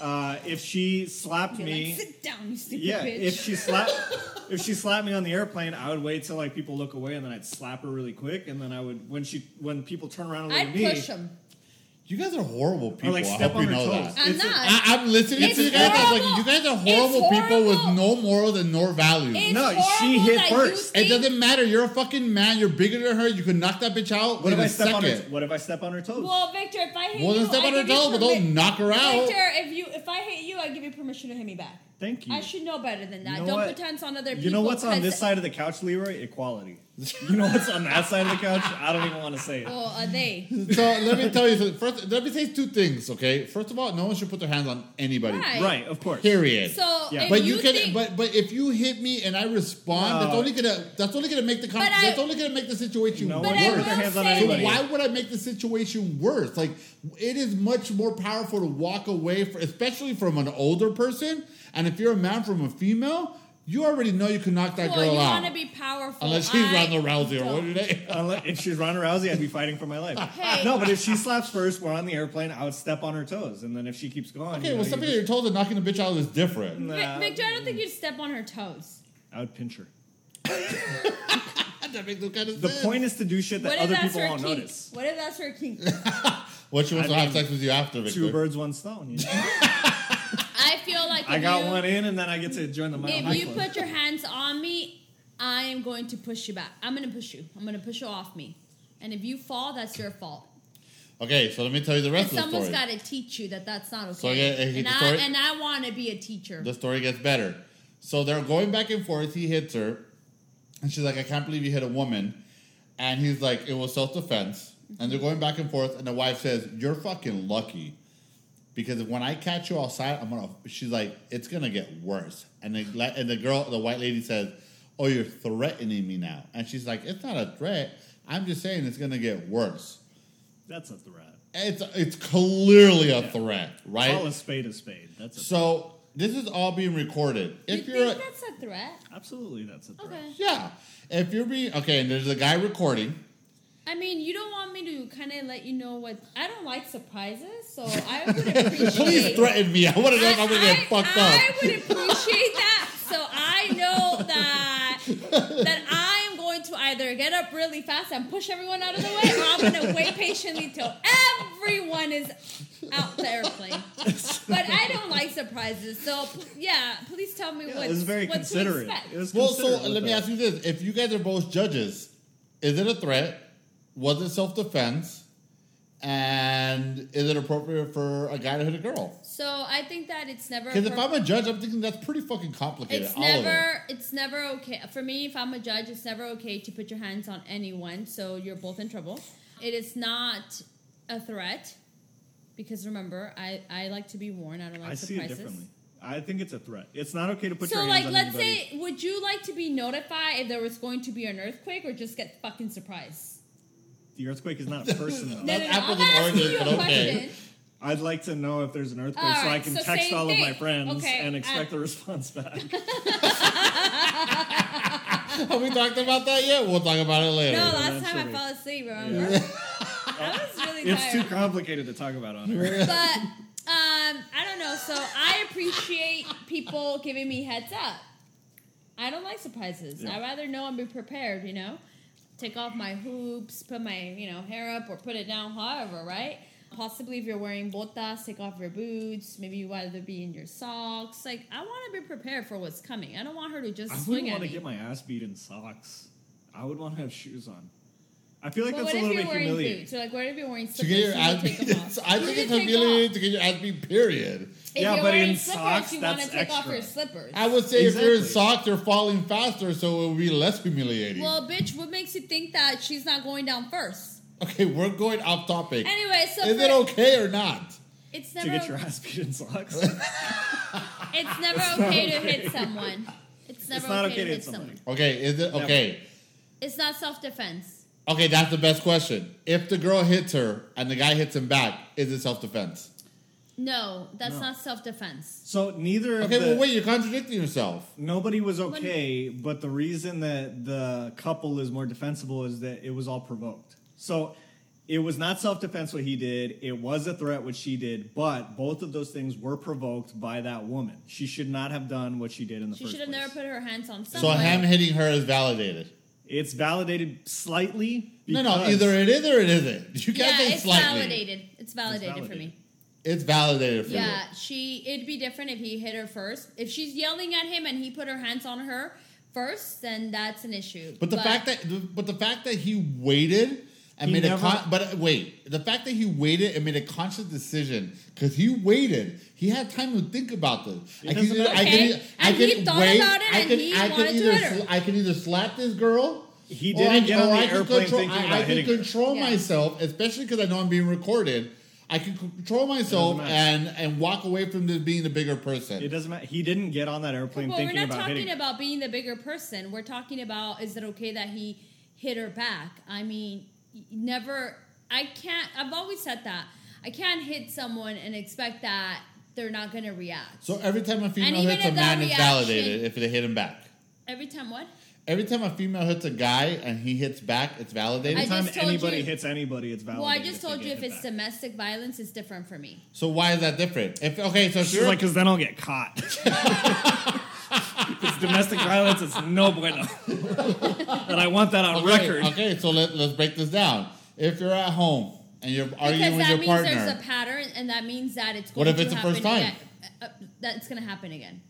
[SPEAKER 4] Uh, if she slapped
[SPEAKER 2] You're
[SPEAKER 4] me
[SPEAKER 2] like, sit down, you stupid
[SPEAKER 4] Yeah,
[SPEAKER 2] bitch.
[SPEAKER 4] if she slapped if she slapped me on the airplane, I would wait till like people look away and then I'd slap her really quick and then I would when she when people turn around and look
[SPEAKER 2] I'd
[SPEAKER 4] at me
[SPEAKER 2] push them.
[SPEAKER 1] you guys are horrible people.
[SPEAKER 4] like
[SPEAKER 1] I
[SPEAKER 4] step
[SPEAKER 1] hope
[SPEAKER 4] on
[SPEAKER 1] you
[SPEAKER 4] her
[SPEAKER 1] know
[SPEAKER 4] toes.
[SPEAKER 1] that.
[SPEAKER 2] I'm
[SPEAKER 4] It's a-
[SPEAKER 2] not.
[SPEAKER 1] I, I'm listening
[SPEAKER 2] It's
[SPEAKER 1] to you guys. I was like,
[SPEAKER 2] horrible.
[SPEAKER 1] you guys are
[SPEAKER 2] It's
[SPEAKER 1] horrible people with no
[SPEAKER 2] horrible.
[SPEAKER 1] morals and no values.
[SPEAKER 2] It's
[SPEAKER 4] No, she
[SPEAKER 2] horrible
[SPEAKER 4] hit
[SPEAKER 2] that you
[SPEAKER 4] first.
[SPEAKER 1] It
[SPEAKER 2] think-
[SPEAKER 1] doesn't matter. You're a fucking man. You're bigger than her. You could knock that bitch out.
[SPEAKER 4] what
[SPEAKER 1] in
[SPEAKER 4] if I
[SPEAKER 1] a
[SPEAKER 4] step
[SPEAKER 1] second.
[SPEAKER 4] on her what if I step on her toes?
[SPEAKER 2] Well, Victor, if I hit
[SPEAKER 1] Well,
[SPEAKER 2] you,
[SPEAKER 1] then step
[SPEAKER 2] I
[SPEAKER 1] on her
[SPEAKER 2] give you
[SPEAKER 1] toes, but don't
[SPEAKER 2] permi-
[SPEAKER 1] knock her out.
[SPEAKER 2] Victor, if you if I hit you, I give you permission to hit me back.
[SPEAKER 4] Thank you.
[SPEAKER 2] I should know better than that.
[SPEAKER 4] You know
[SPEAKER 2] don't
[SPEAKER 4] what?
[SPEAKER 2] put hands on other people.
[SPEAKER 4] You know what's on
[SPEAKER 2] 'cause-
[SPEAKER 4] this side of the couch, Leroy? Equality. You know what's on that side of the couch? I don't even want to say it.
[SPEAKER 2] Well, are they?
[SPEAKER 1] So let me tell you something. First, let me say two things, okay? First of all, no one should put their hands on anybody.
[SPEAKER 2] Right.
[SPEAKER 4] Right, of course.
[SPEAKER 1] Period.
[SPEAKER 2] So,
[SPEAKER 4] Yeah.
[SPEAKER 2] if
[SPEAKER 1] but you, can,
[SPEAKER 2] think-
[SPEAKER 1] but but if you hit me and I respond, that's
[SPEAKER 4] No.
[SPEAKER 1] only gonna that's only gonna make the con-
[SPEAKER 2] But I-
[SPEAKER 1] that's only gonna make the situation
[SPEAKER 4] No
[SPEAKER 2] but
[SPEAKER 4] one
[SPEAKER 1] worse.
[SPEAKER 2] I
[SPEAKER 4] should put their
[SPEAKER 2] will
[SPEAKER 4] hands on
[SPEAKER 2] say-
[SPEAKER 1] So
[SPEAKER 4] anybody.
[SPEAKER 1] why would I make the situation worse? Like it is much more powerful to walk away, for, especially from an older person. And if you're a man from a female, you already know you can knock that
[SPEAKER 2] well,
[SPEAKER 1] girl
[SPEAKER 2] you
[SPEAKER 1] out.
[SPEAKER 2] want to be powerful.
[SPEAKER 1] Unless she's
[SPEAKER 2] I
[SPEAKER 1] Ronda Rousey or what
[SPEAKER 2] don't.
[SPEAKER 1] did they?
[SPEAKER 4] Unless, if she's Ronda Rousey, I'd be fighting for my life.
[SPEAKER 2] Hey.
[SPEAKER 4] No, but if she slaps first, we're on the airplane, I would step on her toes. And then if she keeps going,
[SPEAKER 1] Okay,
[SPEAKER 4] you know,
[SPEAKER 1] well,
[SPEAKER 4] you
[SPEAKER 1] stepping on
[SPEAKER 4] just-
[SPEAKER 1] your toes and knocking a bitch out is different.
[SPEAKER 2] Vi-
[SPEAKER 4] Nah.
[SPEAKER 2] Victor, I don't think you'd step on her toes.
[SPEAKER 4] I would pinch her.
[SPEAKER 1] That makes no kind of
[SPEAKER 4] The
[SPEAKER 1] sense.
[SPEAKER 4] point is to do shit
[SPEAKER 2] What
[SPEAKER 4] that
[SPEAKER 2] if
[SPEAKER 4] other
[SPEAKER 2] that's
[SPEAKER 4] people
[SPEAKER 2] her
[SPEAKER 4] won't
[SPEAKER 2] kink?
[SPEAKER 4] notice.
[SPEAKER 2] What if that's her kink?
[SPEAKER 1] What she wants to
[SPEAKER 4] I
[SPEAKER 1] have
[SPEAKER 4] mean,
[SPEAKER 1] sex with you after, Victor?
[SPEAKER 4] Two birds, one stone. You know?
[SPEAKER 2] I feel like
[SPEAKER 4] I
[SPEAKER 2] if
[SPEAKER 4] got
[SPEAKER 2] you,
[SPEAKER 4] one in, and then I get to join the Mile
[SPEAKER 2] If
[SPEAKER 4] High
[SPEAKER 2] you
[SPEAKER 4] Club.
[SPEAKER 2] put your hands on me, I am going to push you back. I'm going to push you. I'm going to push you off me. And if you fall, that's your fault.
[SPEAKER 1] Okay, so let me tell you the
[SPEAKER 2] And
[SPEAKER 1] rest of the
[SPEAKER 2] someone's
[SPEAKER 1] story.
[SPEAKER 2] got to teach you that that's not okay.
[SPEAKER 1] So, yeah, and he-
[SPEAKER 2] and,
[SPEAKER 1] the
[SPEAKER 2] I,
[SPEAKER 1] story-
[SPEAKER 2] and I want to be a teacher.
[SPEAKER 1] The story gets better. So they're going back and forth. He hits her, and she's like, "I can't believe you hit a woman," and he's like, "It was self defense." And they're going back and forth, and the wife says, "You're fucking lucky." Because when I catch you outside, I'm gonna. She's like, it's gonna get worse. And the la- and the girl, the white lady says, "Oh, you're threatening me now." And she's like, "It's not a threat. I'm just saying it's gonna get worse.
[SPEAKER 4] That's a threat.
[SPEAKER 1] It's it's clearly a threat, right?"
[SPEAKER 4] Call a spade a spade. That's a
[SPEAKER 1] So this is all being recorded. If
[SPEAKER 2] you
[SPEAKER 1] are
[SPEAKER 2] think that's a threat?
[SPEAKER 4] Absolutely, that's a threat.
[SPEAKER 2] Okay.
[SPEAKER 1] yeah, if you're being okay, and there's a guy recording.
[SPEAKER 2] I mean, you don't want me to kind of let you know what I don't like surprises, so I would appreciate.
[SPEAKER 1] Please threaten me. I want to know if I'm gonna get fucked
[SPEAKER 2] I
[SPEAKER 1] up.
[SPEAKER 2] would appreciate that. So I know that that I am going to either get up really fast and push everyone out of the way, or I'm going to wait patiently till everyone is out the airplane. But I don't like surprises, so p- yeah, please tell me
[SPEAKER 4] Yeah,
[SPEAKER 2] what
[SPEAKER 4] it was very
[SPEAKER 2] what
[SPEAKER 4] considerate.
[SPEAKER 2] To expect.
[SPEAKER 4] It was
[SPEAKER 1] Well, so
[SPEAKER 4] considerate
[SPEAKER 1] let
[SPEAKER 4] with
[SPEAKER 1] me
[SPEAKER 4] that.
[SPEAKER 1] ask you this: If you guys are both judges, is it a threat? Was it self defense? And is it appropriate for a guy to hit a girl?
[SPEAKER 2] so I think that it's never
[SPEAKER 1] Because if
[SPEAKER 2] appro-
[SPEAKER 1] I'm a judge, I'm thinking that's pretty fucking complicated.
[SPEAKER 2] It's
[SPEAKER 1] all of it.
[SPEAKER 2] never it's never okay for me if I'm a judge it's never okay to put your hands on anyone so you're both in trouble. It is not a threat because remember I I like to be warned I don't like
[SPEAKER 4] I see it
[SPEAKER 2] surprises.
[SPEAKER 4] differently. I think it's a threat. It's not okay to put
[SPEAKER 2] so
[SPEAKER 4] your
[SPEAKER 2] like
[SPEAKER 4] hands on
[SPEAKER 2] let's
[SPEAKER 4] anybody.
[SPEAKER 2] say would you like to be notified if there was going to be an earthquake or just get fucking surprised?
[SPEAKER 4] The earthquake is not a person. though.
[SPEAKER 2] No, no, no,
[SPEAKER 1] apples
[SPEAKER 2] I'm
[SPEAKER 1] and
[SPEAKER 2] asking
[SPEAKER 1] oranges,
[SPEAKER 2] you a
[SPEAKER 1] but okay.
[SPEAKER 2] question.
[SPEAKER 4] I'd like to know if there's an earthquake
[SPEAKER 2] All
[SPEAKER 4] so I
[SPEAKER 2] right,
[SPEAKER 4] can
[SPEAKER 2] so
[SPEAKER 4] text
[SPEAKER 2] same
[SPEAKER 4] all of my
[SPEAKER 2] thing.
[SPEAKER 4] friends
[SPEAKER 2] Okay, uh,
[SPEAKER 4] and expect
[SPEAKER 2] I-
[SPEAKER 4] a response back.
[SPEAKER 1] Have we talked about that yet? We'll talk about it later.
[SPEAKER 2] No, last time I
[SPEAKER 4] eventually.
[SPEAKER 2] fell asleep, remember? I was really tired.
[SPEAKER 4] it's too complicated to talk about on here.
[SPEAKER 2] but um, I don't know. So I appreciate people giving me heads up. I don't like surprises.
[SPEAKER 4] Yeah.
[SPEAKER 2] I rather know and be prepared. You know, take off my hoops, put my you know hair up or put it down. However, right? Possibly if you're wearing botas, take off your boots. Maybe you rather be in your socks. Like I want to be prepared for what's coming. I don't want her to just
[SPEAKER 4] I
[SPEAKER 2] swing
[SPEAKER 4] wouldn't
[SPEAKER 2] at
[SPEAKER 4] want
[SPEAKER 2] me.
[SPEAKER 4] to get my ass beat in socks. I would want to have shoes on. I feel like
[SPEAKER 2] But what
[SPEAKER 4] that's a
[SPEAKER 2] if
[SPEAKER 4] little
[SPEAKER 2] you're
[SPEAKER 4] bit
[SPEAKER 2] wearing
[SPEAKER 4] humiliating.
[SPEAKER 2] boots? So like, what if you're wearing
[SPEAKER 1] To
[SPEAKER 2] slippers?
[SPEAKER 1] get your
[SPEAKER 2] you
[SPEAKER 1] ass
[SPEAKER 2] can
[SPEAKER 1] beat,
[SPEAKER 2] take them off.
[SPEAKER 1] I
[SPEAKER 2] You
[SPEAKER 1] think
[SPEAKER 2] can
[SPEAKER 1] it's
[SPEAKER 2] take
[SPEAKER 1] humiliating
[SPEAKER 2] off.
[SPEAKER 1] to get your ass beat. Period.
[SPEAKER 2] If
[SPEAKER 4] Yeah,
[SPEAKER 2] you're
[SPEAKER 4] but
[SPEAKER 2] wearing
[SPEAKER 4] in
[SPEAKER 2] slippers,
[SPEAKER 4] socks,
[SPEAKER 2] you
[SPEAKER 4] that's
[SPEAKER 2] to take off your
[SPEAKER 4] extra.
[SPEAKER 2] slippers.
[SPEAKER 1] I would say if you're in
[SPEAKER 4] Exactly.
[SPEAKER 1] socks, they're falling faster, so it would be less humiliating.
[SPEAKER 2] well, bitch, what makes you think that she's not going down first?
[SPEAKER 1] okay, we're going off topic.
[SPEAKER 2] Anyway, so
[SPEAKER 1] Is
[SPEAKER 2] for-
[SPEAKER 1] it okay or not?
[SPEAKER 2] it's
[SPEAKER 4] To
[SPEAKER 2] never
[SPEAKER 4] get your ass beat in socks.
[SPEAKER 2] it's never
[SPEAKER 4] not
[SPEAKER 2] okay to
[SPEAKER 4] okay.
[SPEAKER 2] hit someone. It's never
[SPEAKER 4] it's not okay to
[SPEAKER 2] hit
[SPEAKER 4] hit somebody.
[SPEAKER 1] Okay, is it okay?
[SPEAKER 2] It's not self defense.
[SPEAKER 1] Okay, that's the best question. If the girl hits her and the guy hits him back, is it self defense?
[SPEAKER 2] No, that's
[SPEAKER 4] No.
[SPEAKER 2] not self defense.
[SPEAKER 4] So neither
[SPEAKER 1] Okay,
[SPEAKER 4] of the,
[SPEAKER 1] well, wait, you're contradicting yourself.
[SPEAKER 4] nobody was okay, but the reason that the couple is more defensible is that it was all provoked. So it was not self defense what he did, it was a threat what she did, but both of those things were provoked by that woman. She should not have done what she did in the
[SPEAKER 2] She
[SPEAKER 4] first
[SPEAKER 2] should have
[SPEAKER 4] place.
[SPEAKER 2] never put her hands on
[SPEAKER 1] So
[SPEAKER 2] someone.
[SPEAKER 1] him hitting her is validated.
[SPEAKER 4] it's validated slightly.
[SPEAKER 1] No, no,
[SPEAKER 4] because-
[SPEAKER 1] either it is or it isn't. You can't
[SPEAKER 2] yeah,
[SPEAKER 1] say
[SPEAKER 2] it's
[SPEAKER 1] slightly.
[SPEAKER 2] validated. It's validated for me.
[SPEAKER 4] validated.
[SPEAKER 1] It's validated for
[SPEAKER 2] Yeah, she. It'd be different if he hit her first. If she's yelling at him and he put her hands on her first, then that's an issue.
[SPEAKER 1] But the fact that, but the fact that he waited and
[SPEAKER 4] He
[SPEAKER 1] made
[SPEAKER 4] never-
[SPEAKER 1] a con- but uh, wait, the fact that he waited and made a conscious decision because he waited, he had time to think about this. I e,
[SPEAKER 4] doesn't
[SPEAKER 1] either-
[SPEAKER 2] matter. Okay, and he thought about it and he wanted to
[SPEAKER 1] either
[SPEAKER 2] hit her.
[SPEAKER 1] sl- I can either slap this girl.
[SPEAKER 4] He
[SPEAKER 1] or
[SPEAKER 4] didn't
[SPEAKER 1] I-
[SPEAKER 4] get
[SPEAKER 1] or
[SPEAKER 4] on the
[SPEAKER 1] I can
[SPEAKER 4] airplane
[SPEAKER 1] control,
[SPEAKER 4] thinking
[SPEAKER 1] I,
[SPEAKER 4] about
[SPEAKER 1] I can
[SPEAKER 4] hitting her.
[SPEAKER 1] control
[SPEAKER 2] Yeah.
[SPEAKER 1] myself, especially because I know I'm being recorded. I can control myself
[SPEAKER 4] matter.
[SPEAKER 1] and and walk away from this being the bigger person.
[SPEAKER 4] It doesn't matter. He didn't get on that airplane
[SPEAKER 2] Well, we're
[SPEAKER 4] thinking
[SPEAKER 2] not
[SPEAKER 4] about
[SPEAKER 2] talking
[SPEAKER 4] hitting. her.
[SPEAKER 2] about being the bigger person. We're talking about is it okay that he hit her back? I mean, y- never. I can't. I've always said that I can't hit someone and expect that they're not going to react.
[SPEAKER 1] so every time a female
[SPEAKER 2] even
[SPEAKER 1] hits a
[SPEAKER 2] if that
[SPEAKER 1] man, it's
[SPEAKER 2] reaction-
[SPEAKER 1] validated if they hit him back.
[SPEAKER 2] Every time, what?
[SPEAKER 1] Every time a female hits a guy and he hits back, it's validated.
[SPEAKER 2] I just
[SPEAKER 4] Anytime
[SPEAKER 2] told
[SPEAKER 4] anybody
[SPEAKER 2] you-
[SPEAKER 4] hits anybody, it's validated.
[SPEAKER 2] Well, I just
[SPEAKER 4] if they
[SPEAKER 2] told you
[SPEAKER 4] get
[SPEAKER 2] if
[SPEAKER 4] hit
[SPEAKER 2] it's
[SPEAKER 4] back.
[SPEAKER 2] domestic violence, it's different for me.
[SPEAKER 1] so why is that different? If okay, so if
[SPEAKER 4] She's
[SPEAKER 1] you're
[SPEAKER 4] like, because then I'll get caught. if it's domestic violence, it's no bueno. and I want that on
[SPEAKER 1] okay,
[SPEAKER 4] record.
[SPEAKER 1] okay, so let, let's break this down. If you're at home and you're arguing
[SPEAKER 2] Because
[SPEAKER 1] with
[SPEAKER 2] that
[SPEAKER 1] your
[SPEAKER 2] means there's
[SPEAKER 1] partner,
[SPEAKER 2] a pattern, and that means that it's
[SPEAKER 1] What
[SPEAKER 2] going
[SPEAKER 1] if it's
[SPEAKER 2] to
[SPEAKER 1] the first
[SPEAKER 2] happen
[SPEAKER 1] time?
[SPEAKER 2] again. Uh, uh, That's going to happen again.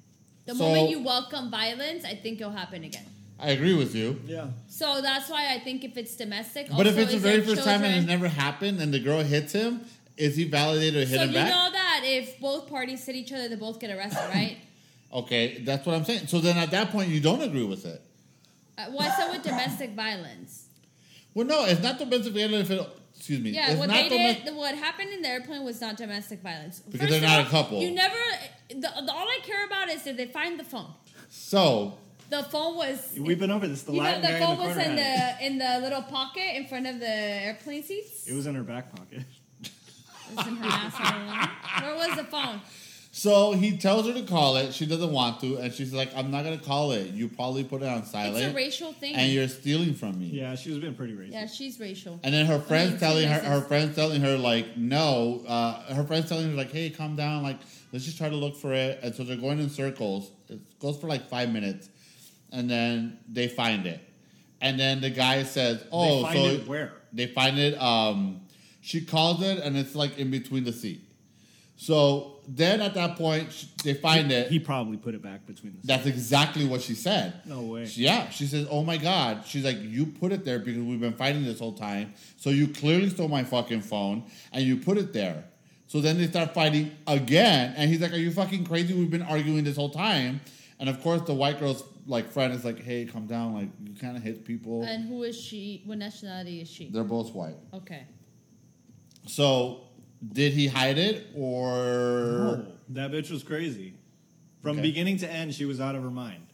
[SPEAKER 2] The
[SPEAKER 1] So-
[SPEAKER 2] moment you welcome violence, I think it'll happen again.
[SPEAKER 1] I agree with you.
[SPEAKER 4] Yeah.
[SPEAKER 2] So that's why I think if it's domestic,
[SPEAKER 1] But if
[SPEAKER 2] also,
[SPEAKER 1] it's the
[SPEAKER 2] is
[SPEAKER 1] very
[SPEAKER 2] there
[SPEAKER 1] first time and
[SPEAKER 2] children-
[SPEAKER 1] it's never happened, and the girl hits him, is he validated to hit
[SPEAKER 2] so
[SPEAKER 1] him
[SPEAKER 2] you
[SPEAKER 1] back?
[SPEAKER 2] know that if both parties hit each other, they both get arrested, right?
[SPEAKER 1] okay, that's what I'm saying. So then at that point, you don't agree with it.
[SPEAKER 2] uh, well, I said with domestic violence.
[SPEAKER 1] Well, no, it's not domestic violence. If it, excuse me,
[SPEAKER 2] Yeah,
[SPEAKER 1] it's
[SPEAKER 2] what
[SPEAKER 1] not
[SPEAKER 2] they
[SPEAKER 1] domes-
[SPEAKER 2] did, what happened in the airplane was not domestic violence.
[SPEAKER 1] Because they're not
[SPEAKER 2] of
[SPEAKER 1] a
[SPEAKER 2] all,
[SPEAKER 1] couple.
[SPEAKER 2] You never. The, the, all I care about is did they find the phone?
[SPEAKER 1] So
[SPEAKER 2] The phone was.
[SPEAKER 4] We've been over this. The
[SPEAKER 2] you know,
[SPEAKER 4] Latin
[SPEAKER 2] the
[SPEAKER 4] guy in
[SPEAKER 2] phone
[SPEAKER 4] the
[SPEAKER 2] was
[SPEAKER 4] corner
[SPEAKER 2] in
[SPEAKER 4] had
[SPEAKER 2] the in the little pocket in front of the airplane seats.
[SPEAKER 4] it. It was in her back pocket.
[SPEAKER 2] It was in her ass. Where was the phone?
[SPEAKER 1] So he tells her to call it. She doesn't want to, and she's like, "I'm not gonna call it. You probably put it on
[SPEAKER 2] It's a
[SPEAKER 1] silent,
[SPEAKER 2] racial thing.
[SPEAKER 1] and you're stealing from me."
[SPEAKER 4] Yeah, she was being pretty racist.
[SPEAKER 2] yeah, she's racial.
[SPEAKER 1] And then her friends
[SPEAKER 2] mean,
[SPEAKER 1] telling her,
[SPEAKER 2] racist.
[SPEAKER 1] her friends telling her like, "No." Uh, her friends telling her like, "Hey, calm down. Like, let's just try to look for it." And so they're going in circles. It goes for like five minutes, and then they find it. And then the guy says, "Oh,
[SPEAKER 4] they find
[SPEAKER 1] so
[SPEAKER 4] it where?
[SPEAKER 1] They find it. Um, she calls it, and it's like in between the seat. So then at that point, sh- they find it.
[SPEAKER 4] He probably put it back between the.
[SPEAKER 1] That's exactly what she said.
[SPEAKER 4] No way.
[SPEAKER 1] She- yeah, she says, "Oh my god." She's like, "You put it there because we've been fighting this whole time. So you clearly stole my fucking phone and you put it there." So then they start fighting again, and he's like, "Are you fucking crazy? We've been arguing this whole time." And of course, the white girl's like friend is like, "Hey, calm down. Like you kind of hit people.
[SPEAKER 2] And who is she? What nationality is she?
[SPEAKER 1] They're both white."
[SPEAKER 2] Okay.
[SPEAKER 1] So did he hide it or?
[SPEAKER 4] Oh, that bitch was crazy. From
[SPEAKER 1] Okay.
[SPEAKER 4] beginning to end, she was out of her mind.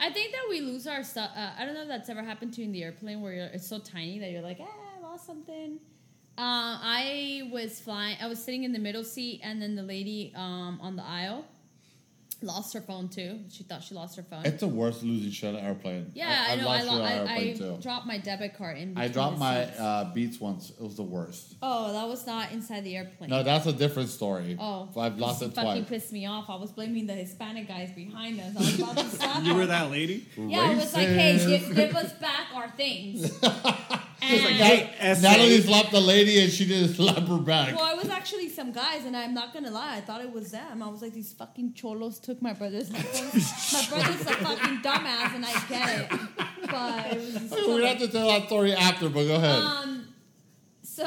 [SPEAKER 2] I think that we lose our stuff. Uh, I don't know if that's ever happened to you in the airplane where you're, it's so tiny that you're like, ah, I lost something. Uh, I was flying. I was sitting in the middle seat, and then the lady um, on the aisle lost her phone too. She thought she lost her phone.
[SPEAKER 1] It's the worst losing shit on airplane.
[SPEAKER 2] yeah, I, know. I,
[SPEAKER 1] lost shit
[SPEAKER 2] lo-
[SPEAKER 1] on
[SPEAKER 2] I,
[SPEAKER 1] airplane,
[SPEAKER 2] I dropped my debit card in.
[SPEAKER 1] I
[SPEAKER 2] between
[SPEAKER 1] dropped
[SPEAKER 2] the
[SPEAKER 1] my
[SPEAKER 2] seats.
[SPEAKER 1] uh, beats once. It was the worst.
[SPEAKER 2] oh, that was not inside the airplane.
[SPEAKER 1] No, that's a different story.
[SPEAKER 2] Oh,
[SPEAKER 1] I've lost
[SPEAKER 2] this
[SPEAKER 1] it
[SPEAKER 2] Fucking
[SPEAKER 1] twice.
[SPEAKER 2] pissed me off. I was blaming the Hispanic guys behind us. I was about to slap
[SPEAKER 4] You were
[SPEAKER 2] them.
[SPEAKER 4] that lady?
[SPEAKER 2] Yeah, I was like, hey, give, give us back our things.
[SPEAKER 1] Just
[SPEAKER 2] And-
[SPEAKER 1] Nat-
[SPEAKER 4] Hey, essay.
[SPEAKER 1] Natalie slapped the lady and she didn't slap her back.
[SPEAKER 2] Well, it was actually some guys, and I'm not gonna lie, I thought it was them. I was like, these fucking cholos took my brother's headphones. my brother's a fucking dumbass, and I get it. But it was just
[SPEAKER 1] We're gonna have to tell that story after, but go ahead.
[SPEAKER 2] um, so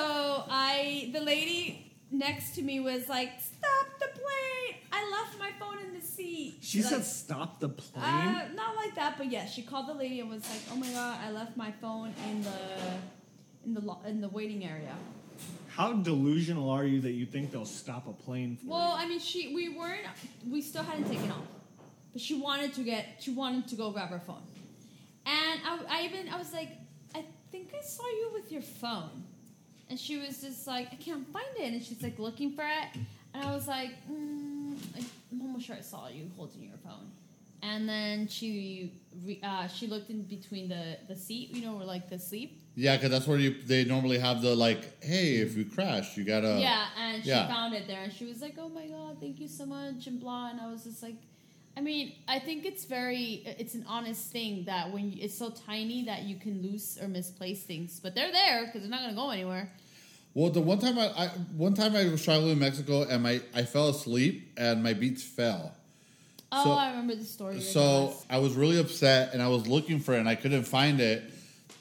[SPEAKER 2] I, the lady next to me was like, stop the plane! I left my phone in the seat.
[SPEAKER 4] She
[SPEAKER 2] Like,
[SPEAKER 4] said, "Stop the plane."
[SPEAKER 2] uh, not like that, but yes, she called the lady and was like, "Oh my god, I left my phone in the in the lo- in the waiting area."
[SPEAKER 4] How delusional are you that you think they'll stop a plane for
[SPEAKER 2] Well, I mean, she we weren't we still hadn't taken off, but she wanted to get she wanted to go grab her phone, and I, I even I was like, I think I saw you with your phone, and she was just like, I can't find it, and she's like looking for it, and I was like, mm, I'm almost sure I saw you holding your phone, and then she re, uh, she looked in between the the seat, you know, where like the sleep.
[SPEAKER 1] yeah, because that's where you they normally have the like, hey, if you crash, you gotta.
[SPEAKER 2] yeah, and she
[SPEAKER 1] Uh, yeah.
[SPEAKER 2] found it there, and she was like, "Oh my god, thank you so much," and blah. And I was just like, I mean, I think it's very, it's an honest thing that when you, it's so tiny that you can lose or misplace things, but they're there because they're not gonna go anywhere.
[SPEAKER 1] Well, the one time I, I one time I was traveling in Mexico and my I fell asleep and my beats fell.
[SPEAKER 2] Oh,
[SPEAKER 1] So-
[SPEAKER 2] I remember the story. you're telling
[SPEAKER 1] So
[SPEAKER 2] us.
[SPEAKER 1] I was really upset and I was looking for it and I couldn't find it.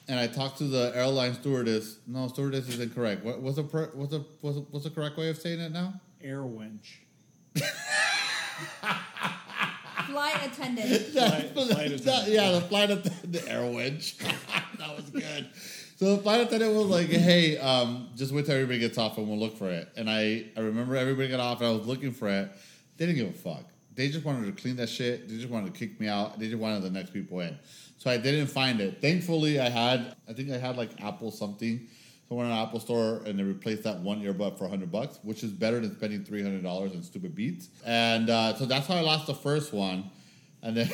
[SPEAKER 1] And I talked to the airline stewardess. No, stewardess is incorrect. What, what's the per- what's the what's the, what's the correct way of saying it now?
[SPEAKER 4] air wench?
[SPEAKER 2] flight attendant.
[SPEAKER 4] Flight- flight attendant.
[SPEAKER 1] yeah, the flight attendant, the air winch. that was good. So the flight attendant was like, "Hey, um, just wait till everybody gets off and we'll look for it." And I, I remember everybody got off and I was looking for it. They didn't give a fuck. They just wanted to clean that shit. They just wanted to kick me out. They just wanted the next people in. So I didn't find it. Thankfully, I had, I think I had like Apple something. So I went to an Apple store and they replaced that one earbud for 100 bucks, which is better than spending $300 on stupid beats. And uh, so that's how I lost the first one. And then,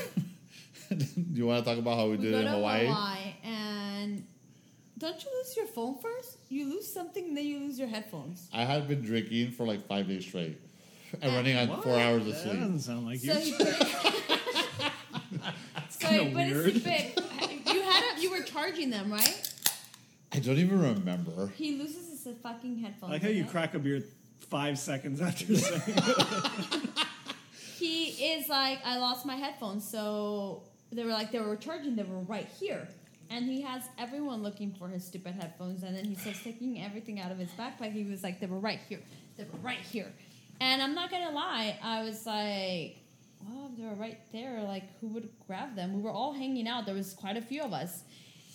[SPEAKER 1] do you want to talk about how we,
[SPEAKER 2] We
[SPEAKER 1] did
[SPEAKER 2] go
[SPEAKER 1] it in
[SPEAKER 2] to
[SPEAKER 1] Hawaii?
[SPEAKER 2] Hawaii, and don't you lose your phone first? You lose something, then you lose your headphones.
[SPEAKER 1] I had been drinking for like five days straight and
[SPEAKER 2] Uh,
[SPEAKER 1] running on four
[SPEAKER 2] what?
[SPEAKER 1] hours of
[SPEAKER 4] That
[SPEAKER 1] sleep.
[SPEAKER 4] doesn't sound like
[SPEAKER 2] So
[SPEAKER 4] you.
[SPEAKER 2] he put it. so he
[SPEAKER 4] kinda
[SPEAKER 2] put
[SPEAKER 4] weird.
[SPEAKER 2] his big. You had a, you were charging them, right?
[SPEAKER 1] I don't even remember.
[SPEAKER 2] He loses his uh, fucking
[SPEAKER 4] I
[SPEAKER 2] headphones.
[SPEAKER 4] like how you
[SPEAKER 2] okay?
[SPEAKER 4] crack a beer five seconds after saying it.
[SPEAKER 2] He is like, I lost my headphones, so they were like they were charging. They were right here, and he has everyone looking for his stupid headphones. And then he starts taking everything out of his backpack. He was like, they were right here, they were right here. And I'm not gonna lie, I was like, well, if they were right there, like who would grab them? We were all hanging out. There was quite a few of us,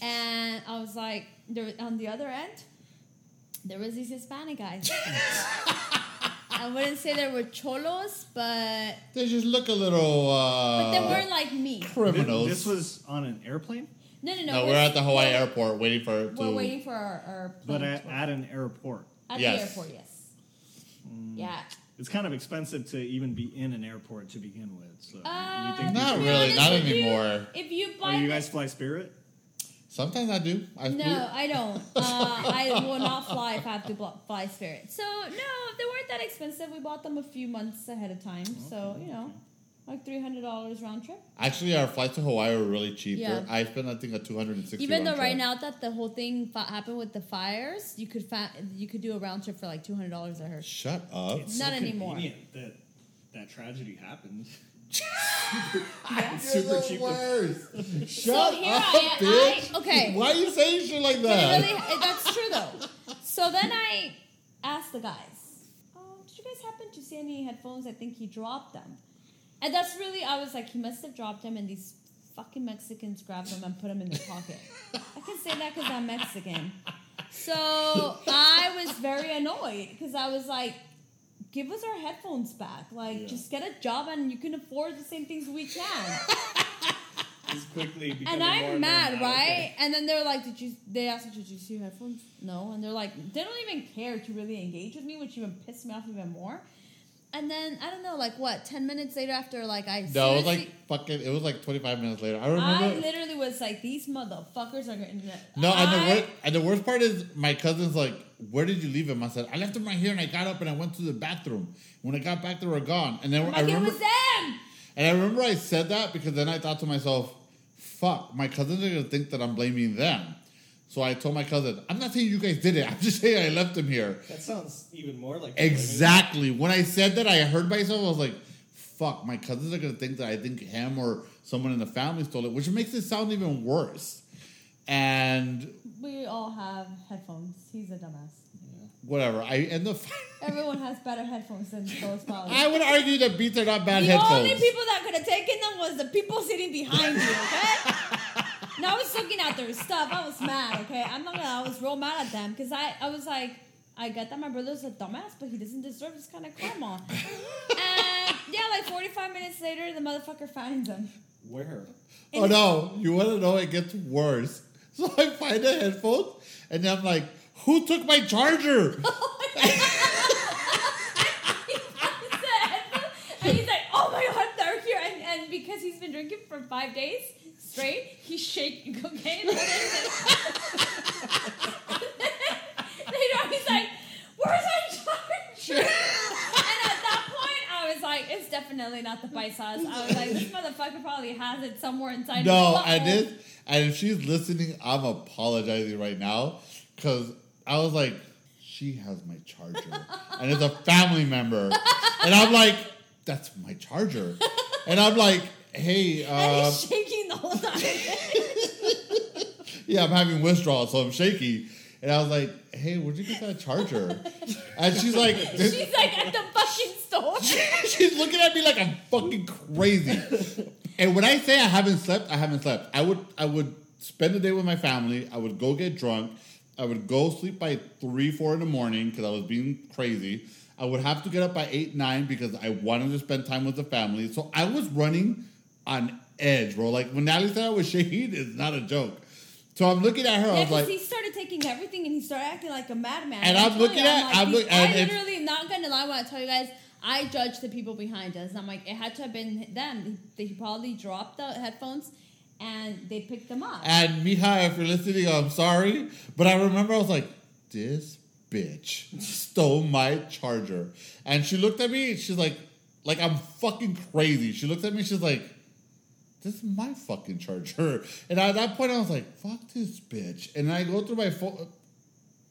[SPEAKER 2] and I was like, there on the other end, there was these Hispanic guys. I wouldn't say they were cholos, but
[SPEAKER 1] They just look a little uh,
[SPEAKER 2] but they weren't like me.
[SPEAKER 1] criminals.
[SPEAKER 4] This was on an airplane,
[SPEAKER 2] No, no, no.
[SPEAKER 1] no, we're at the Hawaii airport waiting for it to.
[SPEAKER 2] We're waiting for our, our plane
[SPEAKER 4] but at,
[SPEAKER 2] to-
[SPEAKER 4] at an airport.
[SPEAKER 2] at
[SPEAKER 1] Yes.
[SPEAKER 2] the airport. Yes.
[SPEAKER 4] Mm.
[SPEAKER 2] Yeah.
[SPEAKER 4] It's kind of expensive to even be in an airport to begin with. So
[SPEAKER 2] Uh,
[SPEAKER 4] you think
[SPEAKER 1] Not
[SPEAKER 2] to
[SPEAKER 4] you-
[SPEAKER 2] be
[SPEAKER 1] really,
[SPEAKER 2] honest
[SPEAKER 1] not
[SPEAKER 2] with
[SPEAKER 1] anymore.
[SPEAKER 2] You, if you
[SPEAKER 4] Oh,
[SPEAKER 2] buy,
[SPEAKER 4] you
[SPEAKER 2] the-
[SPEAKER 4] guys fly Spirit?
[SPEAKER 1] Sometimes I do. I
[SPEAKER 2] no, I don't. Uh, I will not fly if I have to blo- fly Spirit. So no, they weren't that expensive. We bought them a few months ahead of time, so you know, like three hundred dollars round trip.
[SPEAKER 1] Actually, our flights to Hawaii were really cheap.
[SPEAKER 2] Yeah.
[SPEAKER 1] I spent, I think, a two hundred and sixty.
[SPEAKER 2] Even though right now that the whole thing fa- happened with the fires, you could fa- you could do a round trip for like two hundred dollars. I heard.
[SPEAKER 1] Shut up.
[SPEAKER 4] It's
[SPEAKER 2] Not
[SPEAKER 4] so
[SPEAKER 2] anymore.
[SPEAKER 4] convenient That that tragedy happened.
[SPEAKER 1] It's
[SPEAKER 4] super cheap.
[SPEAKER 1] Shut
[SPEAKER 2] So here
[SPEAKER 1] up,
[SPEAKER 2] I am. I-
[SPEAKER 1] bitch.
[SPEAKER 2] okay.
[SPEAKER 1] Why are you saying shit like
[SPEAKER 2] But it
[SPEAKER 1] that?
[SPEAKER 2] really, it- that's true though. So then I asked the guys, um, "Did you guys happen to see any headphones? I think he dropped them." And that's really, I was like, he must have dropped them, and these fucking Mexicans grabbed them and put them in their pocket. I can say that because I'm Mexican. So I was very annoyed because I was like, give us our headphones back. Like,
[SPEAKER 4] Yeah.
[SPEAKER 2] just get a job and you can afford the same things we can.
[SPEAKER 4] It's quickly becoming
[SPEAKER 2] And
[SPEAKER 4] more
[SPEAKER 2] I'm
[SPEAKER 4] and more
[SPEAKER 2] mad,
[SPEAKER 4] not
[SPEAKER 2] right?
[SPEAKER 4] okay.
[SPEAKER 2] And then they're like, "Did you?" They asked, "Did you see your headphones?" No, and they're like, they don't even care to really engage with me, which even pissed me off even more. And then I don't know, like what? Ten minutes later, after like
[SPEAKER 1] No,
[SPEAKER 2] I
[SPEAKER 1] it was
[SPEAKER 2] seriously-
[SPEAKER 1] like fucking. It was like twenty five minutes later. I remember.
[SPEAKER 2] I literally was like, "These motherfuckers are going." to
[SPEAKER 1] no, and the,
[SPEAKER 2] I,
[SPEAKER 1] wor- and the worst part is my cousin's like, "Where did you leave him?" I said, "I left him right here," and I got up and I went to the bathroom. When I got back, they were gone. And then
[SPEAKER 2] I'm
[SPEAKER 1] I
[SPEAKER 2] like, it
[SPEAKER 1] remember,
[SPEAKER 2] was them.
[SPEAKER 1] and I remember I said that because then I thought to myself, "Fuck, my cousins are gonna think that I'm blaming them." So I told my cousin, I'm not saying you guys did it. I'm just saying I left him here.
[SPEAKER 5] That sounds even more like
[SPEAKER 1] Exactly. When I said that, I heard myself. I was like, "Fuck!" My cousins are gonna think that I think him or someone in the family stole it, which makes it sound even worse. And
[SPEAKER 2] We all have headphones. He's a dumbass.
[SPEAKER 1] whatever, I end up.
[SPEAKER 2] Everyone has better headphones than those followers.
[SPEAKER 1] I would argue that beats are not bad
[SPEAKER 2] the
[SPEAKER 1] headphones.
[SPEAKER 2] only people that could have taken them was the people sitting behind you, okay? and I was looking at their stuff. I was mad, okay? I'm not gonna, I was real mad at them because I, I was like, I get that my brother's a dumbass, but he doesn't deserve this kind of karma. and yeah, like 45 minutes later, the motherfucker finds him.
[SPEAKER 5] where
[SPEAKER 1] Oh no, you want to know? It gets worse. So I find the headphones, and then I'm like, "Who took my charger?"
[SPEAKER 2] and he's like, oh my god, they're here. And, and because he's been drinking for five days straight, he's shaking cocaine. they don't, he's like, where's my charger? and at that point, I was like, it's definitely not the bite sauce. I was like, this motherfucker probably has it somewhere inside his
[SPEAKER 1] No,
[SPEAKER 2] butthole.
[SPEAKER 1] I did. And if she's listening, I'm apologizing right now because I was like, she has my charger, and it's a family member, and I'm like, that's my charger, and I'm like, hey,
[SPEAKER 2] And
[SPEAKER 1] uh,
[SPEAKER 2] he's shaking the whole time.
[SPEAKER 1] yeah, I'm having withdrawals, so I'm shaky, and I was like, hey, where'd you get that charger? and she's like, this,
[SPEAKER 2] She's like at the fucking store.
[SPEAKER 1] She's looking at me like I'm fucking crazy. and when I say I haven't slept, I haven't slept. I would I would spend the day with my family. I would go get drunk. I would go sleep by three, four in the morning because I was being crazy. I would have to get up by eight, nine because I wanted to spend time with the family. So I was running on edge, bro. Like when Natalie said I was shaking, it's not a joke. So I'm looking at her. I
[SPEAKER 2] Yeah,
[SPEAKER 1] was
[SPEAKER 2] 'cause
[SPEAKER 1] like,
[SPEAKER 2] he started taking everything and he started acting like a madman.
[SPEAKER 1] And
[SPEAKER 2] I
[SPEAKER 1] I'm
[SPEAKER 2] told
[SPEAKER 1] looking
[SPEAKER 2] you,
[SPEAKER 1] at-
[SPEAKER 2] like,
[SPEAKER 1] I'm
[SPEAKER 2] these-
[SPEAKER 1] look- and
[SPEAKER 2] I
[SPEAKER 1] if-
[SPEAKER 2] literally not gonna lie when I tell you guys, I judge the people behind us. I'm like, it had to have been them. They, they probably dropped the headphones and they picked them up.
[SPEAKER 1] And Mihai, if you're listening, I'm sorry. But I remember I was like, this bitch stole my charger. And she looked at me and she's like, like I'm fucking crazy. She looked at me, she's like, this is my fucking charger. And at that point I was like, fuck this bitch. And I go through my phone.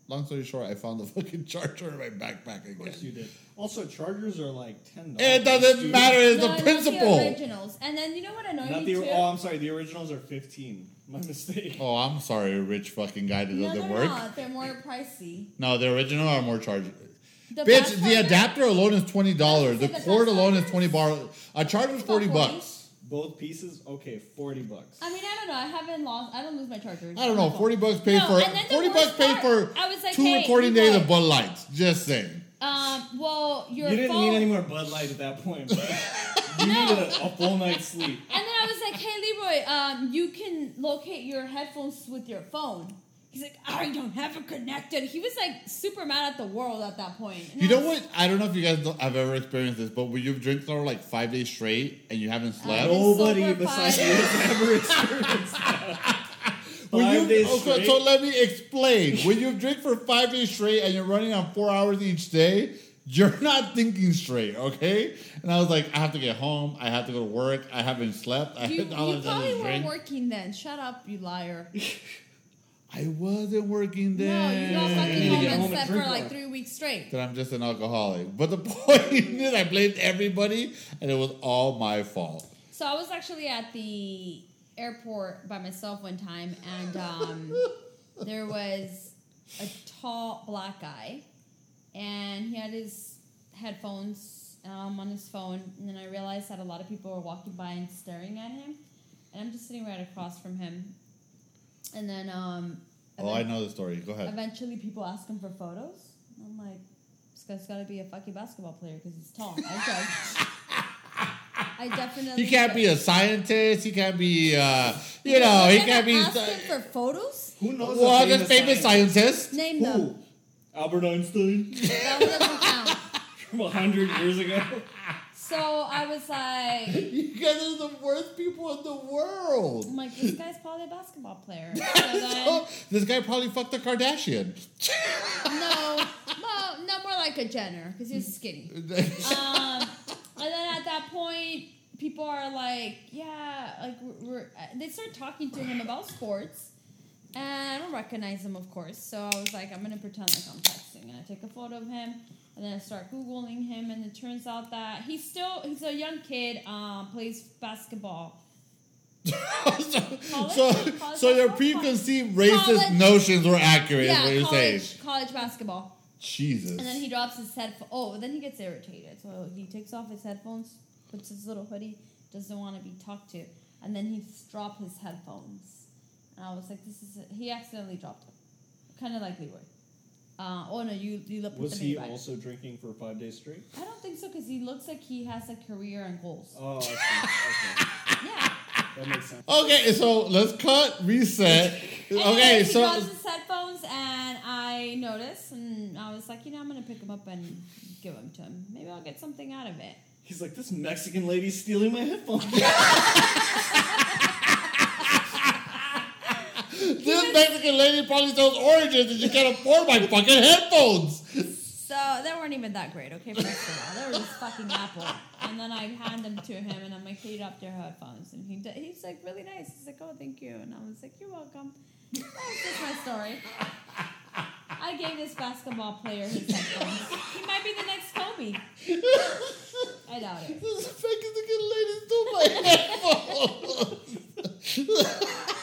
[SPEAKER 1] Long story short, I found the fucking charger in my backpack
[SPEAKER 5] of course
[SPEAKER 1] again.
[SPEAKER 5] you did. Also, chargers are like ten dollars.
[SPEAKER 1] It doesn't
[SPEAKER 5] dude.
[SPEAKER 1] matter, it's
[SPEAKER 2] No,
[SPEAKER 1] the
[SPEAKER 2] not The
[SPEAKER 1] principle.
[SPEAKER 2] originals. And then you know what annoyed
[SPEAKER 4] Not
[SPEAKER 2] me
[SPEAKER 4] the.
[SPEAKER 2] too?
[SPEAKER 4] Oh, I'm sorry. The originals are 15.
[SPEAKER 5] My mistake.
[SPEAKER 1] Oh, I'm sorry, rich fucking guy that
[SPEAKER 2] no,
[SPEAKER 1] doesn't
[SPEAKER 2] they're
[SPEAKER 1] work.
[SPEAKER 2] not. They're more pricey.
[SPEAKER 1] No, the original are more chargers.
[SPEAKER 2] The
[SPEAKER 1] Bitch,
[SPEAKER 2] best
[SPEAKER 1] the
[SPEAKER 2] one-
[SPEAKER 1] adapter alone is twenty dollars. The
[SPEAKER 2] The
[SPEAKER 1] cord
[SPEAKER 2] best
[SPEAKER 1] alone is
[SPEAKER 2] one-
[SPEAKER 1] twenty bar. A charger's forty
[SPEAKER 2] About forty.
[SPEAKER 1] bucks.
[SPEAKER 5] Both pieces, okay, forty bucks.
[SPEAKER 2] I mean, I don't know. I haven't lost. I don't lose my charger.
[SPEAKER 1] I don't know. Forty bucks paid
[SPEAKER 2] No,
[SPEAKER 1] for
[SPEAKER 2] and then the
[SPEAKER 1] forty bucks
[SPEAKER 2] worst
[SPEAKER 1] paid
[SPEAKER 2] part,
[SPEAKER 1] for
[SPEAKER 2] I was like,
[SPEAKER 1] two
[SPEAKER 2] hey,
[SPEAKER 1] recording
[SPEAKER 2] you
[SPEAKER 1] days
[SPEAKER 2] guys-
[SPEAKER 1] of Bud Lights. Just saying.
[SPEAKER 2] Um. Well, your
[SPEAKER 5] you didn't
[SPEAKER 2] phone.
[SPEAKER 5] need any more Bud Light at that point. bro. you needed a, a full night's sleep.
[SPEAKER 2] And then I was like, hey, Leroy, um, you can locate your headphones with your phone. He's like, I don't have it connected. He was like super mad at the world at that point. And
[SPEAKER 1] You
[SPEAKER 2] I
[SPEAKER 1] know
[SPEAKER 2] was-
[SPEAKER 1] what? I don't know if you guys don't- have ever experienced this, but when you've drank for like five days straight and you haven't slept,
[SPEAKER 2] No.
[SPEAKER 4] Nobody
[SPEAKER 2] Sober
[SPEAKER 4] besides
[SPEAKER 2] pie.
[SPEAKER 4] you has ever experienced that.
[SPEAKER 1] when
[SPEAKER 4] Five
[SPEAKER 1] you
[SPEAKER 4] days
[SPEAKER 1] okay,
[SPEAKER 4] straight?
[SPEAKER 1] so let me explain. when you drink for five days straight and you're running on four hours each day, you're not thinking straight, okay? And I was like, I have to get home. I have to go to work. I haven't slept. I
[SPEAKER 2] You,
[SPEAKER 1] had all
[SPEAKER 2] you
[SPEAKER 1] I've done
[SPEAKER 2] probably
[SPEAKER 1] is
[SPEAKER 2] weren't
[SPEAKER 1] drink.
[SPEAKER 2] working then. Shut up, you liar.
[SPEAKER 1] I wasn't working
[SPEAKER 2] No,
[SPEAKER 1] then.
[SPEAKER 2] you all fucking
[SPEAKER 5] to
[SPEAKER 2] home
[SPEAKER 5] get home
[SPEAKER 2] and
[SPEAKER 5] and
[SPEAKER 2] slept for
[SPEAKER 5] drink
[SPEAKER 2] like
[SPEAKER 5] more.
[SPEAKER 2] three weeks straight.
[SPEAKER 1] that I'm just an alcoholic. But the point is, I blamed everybody, and it was all my fault.
[SPEAKER 2] So I was actually at the airport by myself one time, and um, there was a tall black guy, and he had his headphones um, on his phone. And then I realized that a lot of people were walking by and staring at him, and I'm just sitting right across from him. And then, um,
[SPEAKER 1] Oh, I
[SPEAKER 2] event-
[SPEAKER 1] know the story. Go ahead.
[SPEAKER 2] eventually people ask him for photos. And I'm like, this guy's got to be a fucking basketball player because he's tall. I judge. I definitely.
[SPEAKER 1] He can't be a scientist. He can't be, uh, you know, he
[SPEAKER 2] You're
[SPEAKER 1] can't be.
[SPEAKER 2] gonna Ask him for photos.
[SPEAKER 5] Who knows? a
[SPEAKER 1] Well, this
[SPEAKER 5] famous
[SPEAKER 1] famous scientist.
[SPEAKER 2] Name
[SPEAKER 5] Who?
[SPEAKER 2] them.
[SPEAKER 5] Albert Einstein
[SPEAKER 2] That one doesn't count.
[SPEAKER 5] from a hundred years ago.
[SPEAKER 2] So I was like,
[SPEAKER 1] You guys are the worst people in the
[SPEAKER 2] I'm
[SPEAKER 1] world.
[SPEAKER 2] like, this guy's probably a basketball player. So then,
[SPEAKER 1] This guy probably fucked a Kardashian.
[SPEAKER 2] no, well, no more like a Jenner because he's skinny. um, and then at that point, people are like, yeah, like we're, we're uh, they start talking to him about sports. And I don't recognize him, of course. So I was like, I'm gonna pretend like I'm texting, and I take a photo of him, and then I start googling him, and it turns out that he's still he's a young kid, um, plays basketball.
[SPEAKER 1] so,
[SPEAKER 2] College-
[SPEAKER 1] so,
[SPEAKER 2] college
[SPEAKER 1] so your
[SPEAKER 2] basketball?
[SPEAKER 1] preconceived racist
[SPEAKER 2] College-
[SPEAKER 1] notions were accurate, is
[SPEAKER 2] yeah,
[SPEAKER 1] what you're
[SPEAKER 2] college,
[SPEAKER 1] saying.
[SPEAKER 2] college basketball.
[SPEAKER 1] Jesus.
[SPEAKER 2] And then he drops his headphone. Oh, then he gets irritated, so he takes off his headphones, puts his little hoodie, doesn't want to be talked to, and then he drops his headphones. And I was like, this is he accidentally dropped them, kind of like Leroy. Uh, oh no, you you put
[SPEAKER 4] Was
[SPEAKER 2] them
[SPEAKER 4] he
[SPEAKER 2] in your bag.
[SPEAKER 4] also drinking for five days straight?
[SPEAKER 2] I don't think so because he looks like he has a career and goals.
[SPEAKER 4] Oh, I see. okay.
[SPEAKER 2] Yeah.
[SPEAKER 4] That makes sense.
[SPEAKER 1] okay, so let's cut, reset. okay,
[SPEAKER 2] Anyway, he
[SPEAKER 1] so
[SPEAKER 2] drops his headphones, and I noticed, and I was like, you know, I'm gonna pick him up and give him to him. Maybe I'll get something out of it.
[SPEAKER 4] He's like, this Mexican lady's stealing my headphones.
[SPEAKER 1] this Mexican lady probably sells oranges and she can't afford my fucking headphones.
[SPEAKER 2] So they weren't even that great, okay? First of all, they were just fucking Apple. And then I hand them to him, and I'm like, "Hey, you dropped your headphones." And he d- he's like, "Really nice." He's like, "Oh, thank you." And I was like, "You're welcome." That's just my story. I gave this basketball player his headphones. He might be the next Kobe. I doubt it.
[SPEAKER 1] This Mexican lady stole my headphones.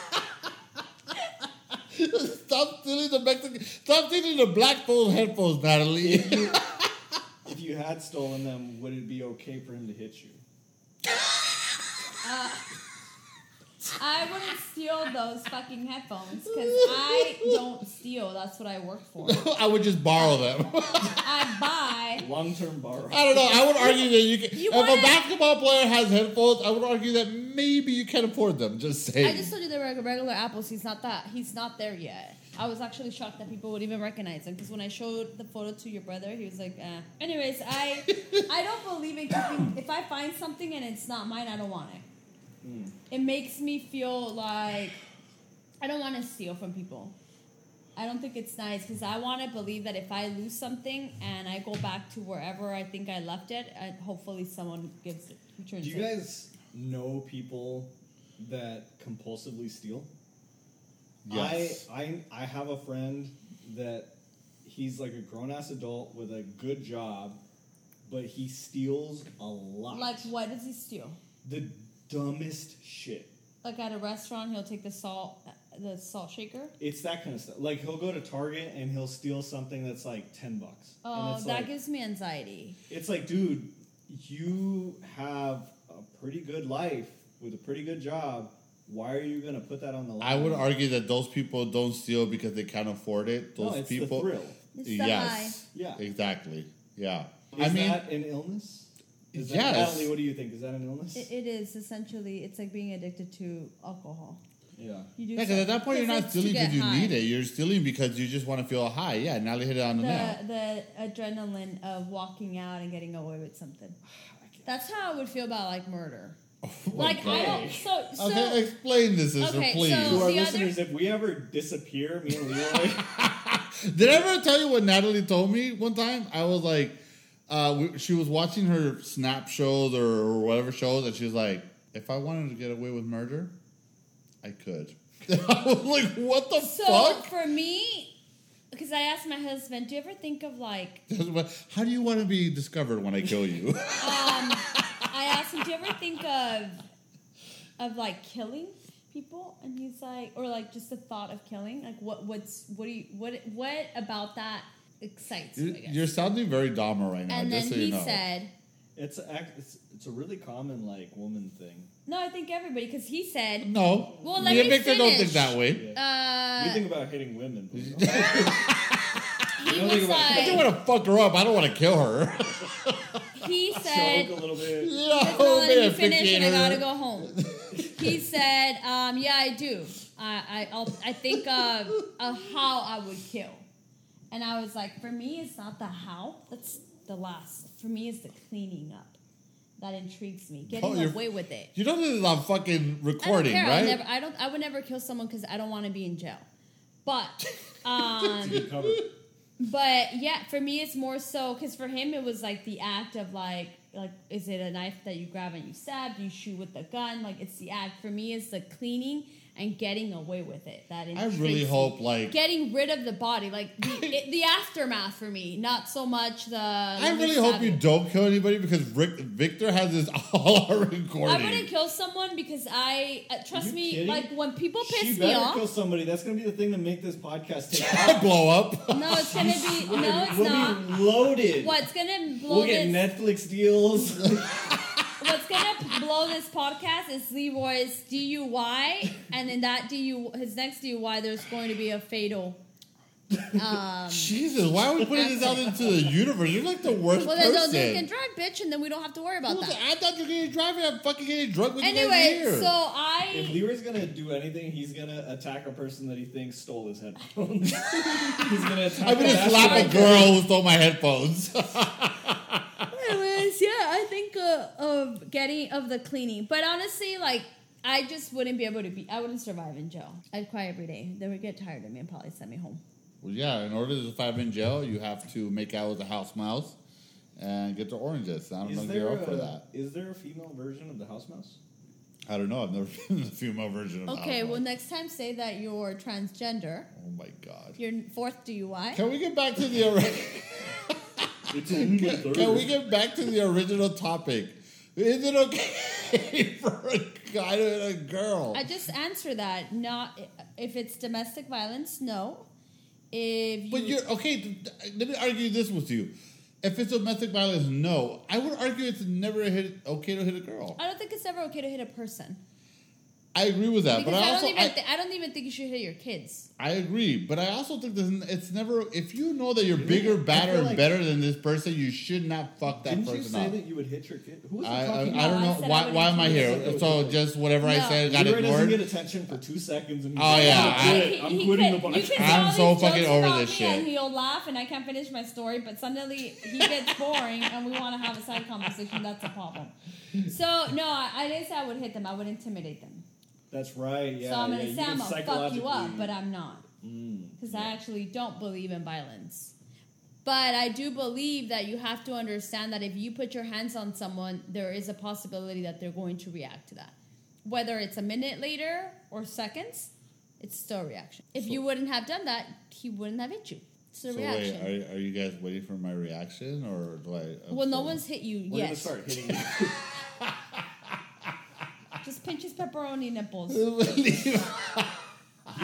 [SPEAKER 1] Stop stealing the Mexican. Stop stealing the black folks' headphones, Natalie.
[SPEAKER 4] if you had stolen them, would it be okay for him to hit you?
[SPEAKER 2] I wouldn't steal those fucking headphones because I don't steal. That's what I work for.
[SPEAKER 1] I would just borrow them.
[SPEAKER 2] I buy.
[SPEAKER 4] Long term borrow.
[SPEAKER 1] I don't know. I would argue that you can.
[SPEAKER 2] You
[SPEAKER 1] if a
[SPEAKER 2] wanna-
[SPEAKER 1] basketball player has headphones, I would argue that maybe you can afford them. Just
[SPEAKER 2] I
[SPEAKER 1] saying.
[SPEAKER 2] just told you they were regular apples. He's not that. He's not there yet. I was actually shocked that people would even recognize him because when I showed the photo to your brother, he was like, eh. Anyways, I I don't believe in keeping. If I find something and it's not mine, I don't want it.
[SPEAKER 4] Hmm.
[SPEAKER 2] It makes me feel like I don't want to steal from people. I don't think it's nice because I want to believe that if I lose something and I go back to wherever I think I left it, I, hopefully someone gives it, returns
[SPEAKER 4] Do you
[SPEAKER 2] it.
[SPEAKER 4] guys know people that compulsively steal?
[SPEAKER 1] Yes.
[SPEAKER 4] I, I I have a friend that he's like a grown ass adult with a good job, but he steals a lot.
[SPEAKER 2] like, what does he steal?
[SPEAKER 4] the dumbest shit.
[SPEAKER 2] like at a restaurant, he'll take the salt, the salt shaker.
[SPEAKER 4] It's that kind of stuff. Like he'll go to Target and he'll steal something that's like ten bucks. and
[SPEAKER 2] Oh,
[SPEAKER 4] it's
[SPEAKER 2] that
[SPEAKER 4] like,
[SPEAKER 2] gives me anxiety.
[SPEAKER 4] It's like, dude, you have a pretty good life with a pretty good job. Why are you gonna put that on the line?
[SPEAKER 1] I would argue that those people don't steal because they can't afford it.
[SPEAKER 4] No,
[SPEAKER 1] Those
[SPEAKER 4] it's
[SPEAKER 1] people.
[SPEAKER 4] the thrill.
[SPEAKER 2] It's the
[SPEAKER 1] yes.
[SPEAKER 4] Yeah.
[SPEAKER 1] Exactly. Yeah.
[SPEAKER 4] Is
[SPEAKER 1] I mean,
[SPEAKER 4] that an illness? Is that,
[SPEAKER 1] Yes.
[SPEAKER 4] Natalie, what do you think? Is that an illness?
[SPEAKER 2] high. It, it is essentially it's like being addicted to alcohol.
[SPEAKER 4] yeah.
[SPEAKER 2] You do
[SPEAKER 1] yeah, because at that point you're not
[SPEAKER 2] it's to
[SPEAKER 1] stealing
[SPEAKER 2] get
[SPEAKER 1] because you
[SPEAKER 2] high.
[SPEAKER 1] need it. You're stealing because you just want to feel high. Yeah. Now they hit it on the, nail.
[SPEAKER 2] The the adrenaline of walking out and getting away with something. That's how I would feel about like murder. like I don't. So so
[SPEAKER 1] okay, explain this, sister,
[SPEAKER 2] Okay,
[SPEAKER 1] please.
[SPEAKER 4] To
[SPEAKER 2] so-
[SPEAKER 4] our
[SPEAKER 2] The other-
[SPEAKER 4] listeners, if we ever disappear, me and Leroy,
[SPEAKER 1] Did I ever tell you what Natalie told me one time? I was like, uh, we, she was watching her snap shows or, or whatever shows, and she was like, if I wanted to get away with murder, I could. I was like, what the
[SPEAKER 2] so
[SPEAKER 1] fuck?
[SPEAKER 2] for me, because I asked my husband, do you ever think of like
[SPEAKER 1] How do you want to be discovered when I kill you?
[SPEAKER 2] um, I asked him, "Do you ever think of of like killing people?" And he's like, or like just the thought of killing. Like, what, what's, what do you, what, what about that excites you? I guess.
[SPEAKER 1] You're sounding very Dahmer right now,
[SPEAKER 2] and then
[SPEAKER 1] just so
[SPEAKER 2] he
[SPEAKER 1] you know.
[SPEAKER 2] said,
[SPEAKER 4] it's, a, it's it's a really common like woman thing.
[SPEAKER 2] "No, I think everybody," because he said,
[SPEAKER 1] no.
[SPEAKER 2] Well, let
[SPEAKER 1] Me and
[SPEAKER 2] me
[SPEAKER 1] Victor don't think
[SPEAKER 2] finish.
[SPEAKER 1] that way.
[SPEAKER 2] uh,
[SPEAKER 4] we think about hitting women. but we don't.
[SPEAKER 2] he
[SPEAKER 4] don't think
[SPEAKER 2] was
[SPEAKER 4] about it.
[SPEAKER 1] I do
[SPEAKER 2] like,
[SPEAKER 1] want to fuck her up. I don't want to kill her.
[SPEAKER 2] he said,
[SPEAKER 4] Choke a little bit.
[SPEAKER 1] yeah,
[SPEAKER 2] Just
[SPEAKER 1] oh,
[SPEAKER 2] not letting me
[SPEAKER 1] man,
[SPEAKER 2] finish, and I
[SPEAKER 1] asphyxiate
[SPEAKER 2] gotta
[SPEAKER 1] her.
[SPEAKER 2] go home. He said, um, "Yeah, I do. I, I, I'll, I think of, of how I would kill." And I was like, "For me, it's not the how. That's the last. For me, it's the cleaning up that intrigues me. Getting
[SPEAKER 1] Oh, you're-
[SPEAKER 2] away with it.
[SPEAKER 1] You know this is on fucking recording,
[SPEAKER 2] I don't care.
[SPEAKER 1] right?
[SPEAKER 2] I'll never, I don't. I would never kill someone because I don't want to be in jail. But, um,
[SPEAKER 4] Good cover.
[SPEAKER 2] but yeah, for me, it's more so because for him, it was like the act of like, like, is it a knife that you grab and you stab? Do you shoot with the gun? Like, it's the act. For me, it's the cleaning and getting away with it. That
[SPEAKER 1] I really
[SPEAKER 2] intrinsic-
[SPEAKER 1] hope, like-
[SPEAKER 2] getting rid of the body, like the, it, the aftermath for me, not so much the.
[SPEAKER 1] I really hope you don't kill anybody because Rick, Victor has this all recorded.
[SPEAKER 2] I wouldn't kill someone because I uh, trust
[SPEAKER 5] you
[SPEAKER 2] me.
[SPEAKER 5] kidding?
[SPEAKER 2] Like when people
[SPEAKER 5] she
[SPEAKER 2] piss me
[SPEAKER 5] better
[SPEAKER 2] off,
[SPEAKER 5] kill somebody. That's gonna be the thing to make this podcast take off.
[SPEAKER 1] I blow up.
[SPEAKER 2] no, it's gonna be no, it's
[SPEAKER 5] we'll
[SPEAKER 2] not.
[SPEAKER 5] be loaded.
[SPEAKER 2] What's gonna blow
[SPEAKER 5] We'll get
[SPEAKER 2] this?
[SPEAKER 5] Netflix deals.
[SPEAKER 2] what's gonna blow this podcast is Leroy's DUI, and in that DU, his next DUI, there's going to be a fatal. Um,
[SPEAKER 1] Jesus, why are we putting this out into the universe? You're like the worst
[SPEAKER 2] well, then
[SPEAKER 1] person.
[SPEAKER 2] they'll drink and drive, bitch, and then we don't have to worry about
[SPEAKER 1] Who's-
[SPEAKER 2] that.
[SPEAKER 1] I thought you were getting driving. I'm fucking getting drunk with you guys
[SPEAKER 2] Anyway,
[SPEAKER 1] here.
[SPEAKER 2] so
[SPEAKER 5] if
[SPEAKER 2] I
[SPEAKER 5] Leroy's gonna do anything, he's gonna attack a person that he thinks stole his headphones. he's gonna attack.
[SPEAKER 1] I'm gonna
[SPEAKER 5] a
[SPEAKER 1] slap a
[SPEAKER 5] basketball
[SPEAKER 1] girl who stole my headphones.
[SPEAKER 2] Anyways, yeah, I think uh, of getting of the cleaning, but honestly, like I just wouldn't be able to be. I wouldn't survive in jail. I'd cry every day. They would get tired of me and probably send me home.
[SPEAKER 1] well, yeah, in order to survive in jail, you have to make out with a house mouse and get the oranges. I don't know
[SPEAKER 5] Is
[SPEAKER 1] if you're
[SPEAKER 5] there,
[SPEAKER 1] up for
[SPEAKER 5] a,
[SPEAKER 1] that.
[SPEAKER 5] is there a female version of the house mouse?
[SPEAKER 1] I don't know. I've never seen the female version of the
[SPEAKER 2] Okay,
[SPEAKER 1] house
[SPEAKER 2] well,
[SPEAKER 1] mouse.
[SPEAKER 2] next time say that you're transgender.
[SPEAKER 1] Oh my god.
[SPEAKER 2] Your fourth DUI.
[SPEAKER 1] Can we get back to the ori-
[SPEAKER 5] It's only a
[SPEAKER 1] Can we get back to the original topic? Is it okay for a guy and a girl?
[SPEAKER 2] I just answer that. Not if it's domestic violence, no. If you,
[SPEAKER 1] But you're okay. th- th- Let me argue this with you. If it's domestic violence, no. I would argue it's never hit, okay to hit a girl.
[SPEAKER 2] I don't think it's ever okay to hit a person
[SPEAKER 1] I agree with that,
[SPEAKER 2] because
[SPEAKER 1] but I,
[SPEAKER 2] I,
[SPEAKER 1] also
[SPEAKER 2] don't even
[SPEAKER 1] I,
[SPEAKER 2] thi- I don't even think you should hit your kids.
[SPEAKER 1] I agree, but I also think there's n- it's never if you know that you're
[SPEAKER 5] Really?
[SPEAKER 1] bigger,
[SPEAKER 5] I feel
[SPEAKER 1] badder, and
[SPEAKER 5] like-
[SPEAKER 1] better than this person, you should not fuck that
[SPEAKER 5] Didn't you
[SPEAKER 1] person
[SPEAKER 5] say
[SPEAKER 1] up.
[SPEAKER 5] that you would hit your kid? Who was
[SPEAKER 1] I, I, I
[SPEAKER 5] talking?
[SPEAKER 1] don't
[SPEAKER 2] No, I
[SPEAKER 1] know
[SPEAKER 2] said I
[SPEAKER 1] why.
[SPEAKER 2] would
[SPEAKER 1] Why am I
[SPEAKER 2] include
[SPEAKER 1] here?
[SPEAKER 5] it.
[SPEAKER 1] So just whatever I
[SPEAKER 2] No.
[SPEAKER 1] said got
[SPEAKER 5] Leroy doesn't get
[SPEAKER 1] ignored.
[SPEAKER 5] attention for two seconds. And
[SPEAKER 1] Oh, yeah, I-
[SPEAKER 5] I'm,
[SPEAKER 2] He-
[SPEAKER 5] I'm
[SPEAKER 2] he
[SPEAKER 5] quitting
[SPEAKER 2] could-
[SPEAKER 5] the
[SPEAKER 2] you could
[SPEAKER 5] podcast.
[SPEAKER 2] do
[SPEAKER 1] I'm
[SPEAKER 2] all
[SPEAKER 1] so
[SPEAKER 2] these
[SPEAKER 1] fucking
[SPEAKER 2] jokes
[SPEAKER 1] over
[SPEAKER 2] about
[SPEAKER 1] this
[SPEAKER 2] me And
[SPEAKER 1] shit.
[SPEAKER 2] he'll laugh, and I can't finish my story. But suddenly he gets boring, and we want to have a side conversation. That's a problem. So no, I, I didn't say I would hit them. I would intimidate them.
[SPEAKER 5] That's right. Yeah.
[SPEAKER 2] so I'm
[SPEAKER 5] yeah,
[SPEAKER 2] gonna
[SPEAKER 5] you um,
[SPEAKER 2] say
[SPEAKER 5] can
[SPEAKER 2] I'm gonna fuck you up,
[SPEAKER 5] psychologically-
[SPEAKER 2] but I'm not. Because I actually don't believe in violence. But I do believe that you have to understand that if you put your hands on someone, there is a possibility that they're going to react to that. Whether it's a minute later or seconds, it's still a reaction. If you wouldn't have done that, he wouldn't have hit you. It's a
[SPEAKER 1] So
[SPEAKER 2] reaction.
[SPEAKER 1] wait, are, are you guys waiting for my reaction or do I? I'm
[SPEAKER 2] well, no
[SPEAKER 1] still-
[SPEAKER 2] one's hit you
[SPEAKER 5] We're
[SPEAKER 2] yet.
[SPEAKER 5] gonna start hitting.
[SPEAKER 2] Just pinch his pepperoni nipples.
[SPEAKER 5] he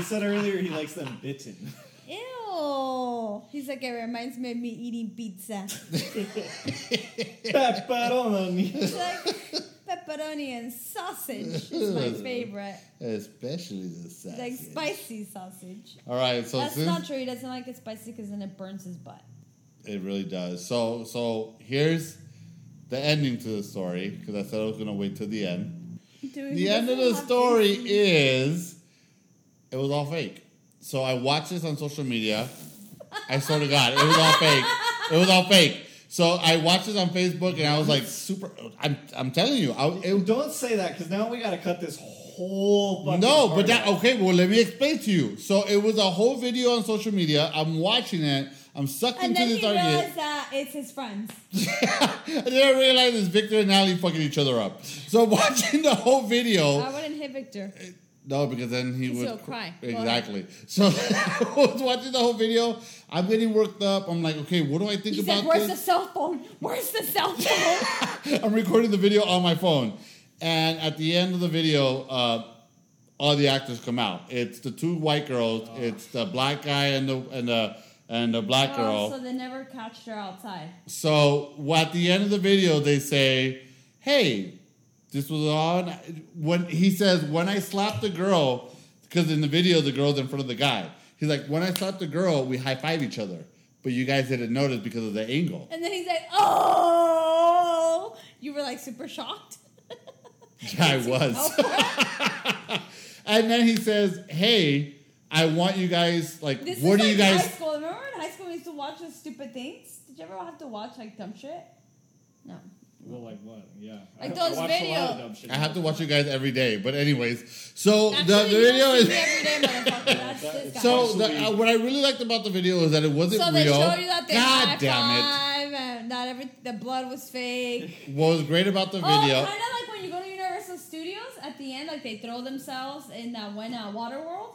[SPEAKER 5] said earlier he likes them bitten.
[SPEAKER 2] Ew. He's like, it reminds me of me eating pizza.
[SPEAKER 5] Pepperoni.
[SPEAKER 2] It's like pepperoni and sausage is my favorite.
[SPEAKER 1] especially the sausage.
[SPEAKER 2] Like spicy sausage.
[SPEAKER 1] All right, so
[SPEAKER 2] That's
[SPEAKER 1] since
[SPEAKER 2] not true. He doesn't like it spicy because then it burns his butt.
[SPEAKER 1] It really does. So so here's the ending to the story because I said I was gonna wait till the end.
[SPEAKER 2] Dude, he
[SPEAKER 1] The end of
[SPEAKER 2] doesn't
[SPEAKER 1] the
[SPEAKER 2] have
[SPEAKER 1] story
[SPEAKER 2] to-
[SPEAKER 1] is it was all fake. So I watched this on social media. I swear to God, it was all fake. It was all fake. So I watched this on Facebook and I was like super. I'm I'm telling you, I, it,
[SPEAKER 5] Don't say that because now we gotta cut this whole. fucking
[SPEAKER 1] No,
[SPEAKER 5] part
[SPEAKER 1] but that oh.
[SPEAKER 5] out.
[SPEAKER 1] okay. Well, let me explain to you. So it was a whole video on social media. I'm watching it. I'm sucked
[SPEAKER 2] And
[SPEAKER 1] into
[SPEAKER 2] then he
[SPEAKER 1] this argument,
[SPEAKER 2] realized that it's his friends.
[SPEAKER 1] and then I realize it's Victor and Ali fucking each other up. So watching the whole video,
[SPEAKER 2] I wouldn't hit Victor.
[SPEAKER 1] eh, no, because then he would
[SPEAKER 2] he'll cry. Go ahead.
[SPEAKER 1] Exactly. So I was watching the whole video. I'm getting worked up. I'm like, okay, what do I think
[SPEAKER 2] He's
[SPEAKER 1] about
[SPEAKER 2] like, where's the
[SPEAKER 1] this?
[SPEAKER 2] cell phone? Where's the cell phone?
[SPEAKER 1] I'm recording the video on my phone, and at the end of the video, uh, all the actors come out. It's the two white girls. It's the black guy and the and the and the black
[SPEAKER 2] oh,
[SPEAKER 1] girl.
[SPEAKER 2] so they never catched her outside.
[SPEAKER 1] So wh- at the end of the video, they say, "Hey, this was on." When he says, "When I slapped the girl," because in the video the girl's in front of the guy. He's like, "When I slapped the girl, we high five each other, but you guys didn't notice because of the angle."
[SPEAKER 2] And then he's like, oh. You were like super shocked.
[SPEAKER 1] I was.
[SPEAKER 2] Oh.
[SPEAKER 1] and then he says, "Hey, I want you guys like.
[SPEAKER 2] This
[SPEAKER 1] what
[SPEAKER 2] is
[SPEAKER 1] do
[SPEAKER 2] like
[SPEAKER 1] you guys?"
[SPEAKER 2] high school. Remember in high school we used to watch those stupid things? Did you ever have to watch like dumb shit? No.
[SPEAKER 5] Well, like what? Yeah.
[SPEAKER 2] Like
[SPEAKER 5] I- I
[SPEAKER 2] those
[SPEAKER 5] watched a lot of
[SPEAKER 2] video-
[SPEAKER 5] dumb shit.
[SPEAKER 1] I have to watch you guys every day, but anyways, so
[SPEAKER 2] Actually,
[SPEAKER 1] the, the
[SPEAKER 2] you don't
[SPEAKER 1] video
[SPEAKER 2] see
[SPEAKER 1] is
[SPEAKER 2] me every day, motherfucker. That's this guy.
[SPEAKER 1] so.
[SPEAKER 5] Actually-
[SPEAKER 1] The, uh, what I really liked about the video is that it wasn't
[SPEAKER 2] So they
[SPEAKER 1] real.
[SPEAKER 2] showed you that they high
[SPEAKER 1] God damn
[SPEAKER 2] five, and not every the blood was fake.
[SPEAKER 1] it! What was great about the
[SPEAKER 2] Oh, kind
[SPEAKER 1] video?
[SPEAKER 2] of like when you go to Universal Studios at the end, like they throw themselves in that one uh, water world.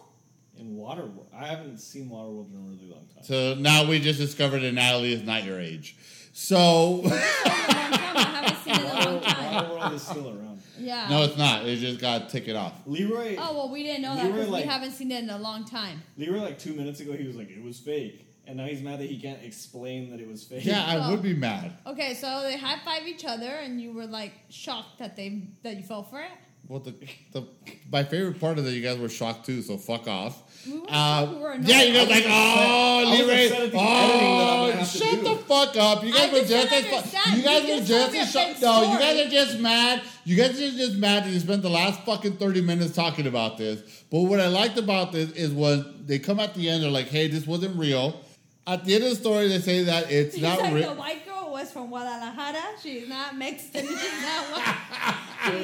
[SPEAKER 5] In Waterworld, I haven't seen Waterworld in a really long time.
[SPEAKER 1] So now we just discovered that Natalie is not your age. So
[SPEAKER 2] It's been a long time. I haven't seen it in a
[SPEAKER 5] Oh,
[SPEAKER 2] long time.
[SPEAKER 5] Waterworld is still around.
[SPEAKER 2] Yeah.
[SPEAKER 1] no, it's not. It just got taken off.
[SPEAKER 5] Leroy,
[SPEAKER 2] Oh well, we didn't know that
[SPEAKER 5] You were
[SPEAKER 2] because
[SPEAKER 5] like-
[SPEAKER 2] we haven't seen it in a long time.
[SPEAKER 5] Leroy, like two minutes ago, he was like, "It was fake," and now he's mad that he can't explain that it was fake.
[SPEAKER 1] Yeah, I would be mad.
[SPEAKER 2] Okay, so they high five each other, and you were like shocked that they that you fell for it.
[SPEAKER 1] Well, the, the my favorite part is that you guys were shocked too. So fuck off.
[SPEAKER 2] We were
[SPEAKER 1] Uh,
[SPEAKER 2] shocked, we were
[SPEAKER 1] yeah, you
[SPEAKER 2] annoyed.
[SPEAKER 1] guys like
[SPEAKER 5] I
[SPEAKER 1] oh,
[SPEAKER 5] was
[SPEAKER 1] Leroy,
[SPEAKER 5] upset at the editing that I'm gonna
[SPEAKER 1] oh,
[SPEAKER 5] have to
[SPEAKER 1] shut
[SPEAKER 5] do.
[SPEAKER 1] the fuck up. You
[SPEAKER 2] I
[SPEAKER 1] guys were
[SPEAKER 2] just
[SPEAKER 1] just
[SPEAKER 2] don't
[SPEAKER 1] as fu-
[SPEAKER 2] understand.
[SPEAKER 1] you guys
[SPEAKER 2] You
[SPEAKER 1] were
[SPEAKER 2] just told
[SPEAKER 1] just
[SPEAKER 2] me
[SPEAKER 1] as
[SPEAKER 2] a big
[SPEAKER 1] shocked. No, you
[SPEAKER 2] story.
[SPEAKER 1] guys are just mad. You guys are just mad that you spent the last fucking thirty minutes talking about this. But what I liked about this is when they come at the end, they're like, "Hey, this wasn't real." At the end of the story, they say that it's
[SPEAKER 2] She's
[SPEAKER 1] not
[SPEAKER 2] like
[SPEAKER 1] real.
[SPEAKER 2] the white girl was from Guadalajara. She's not Mexican. She's not white.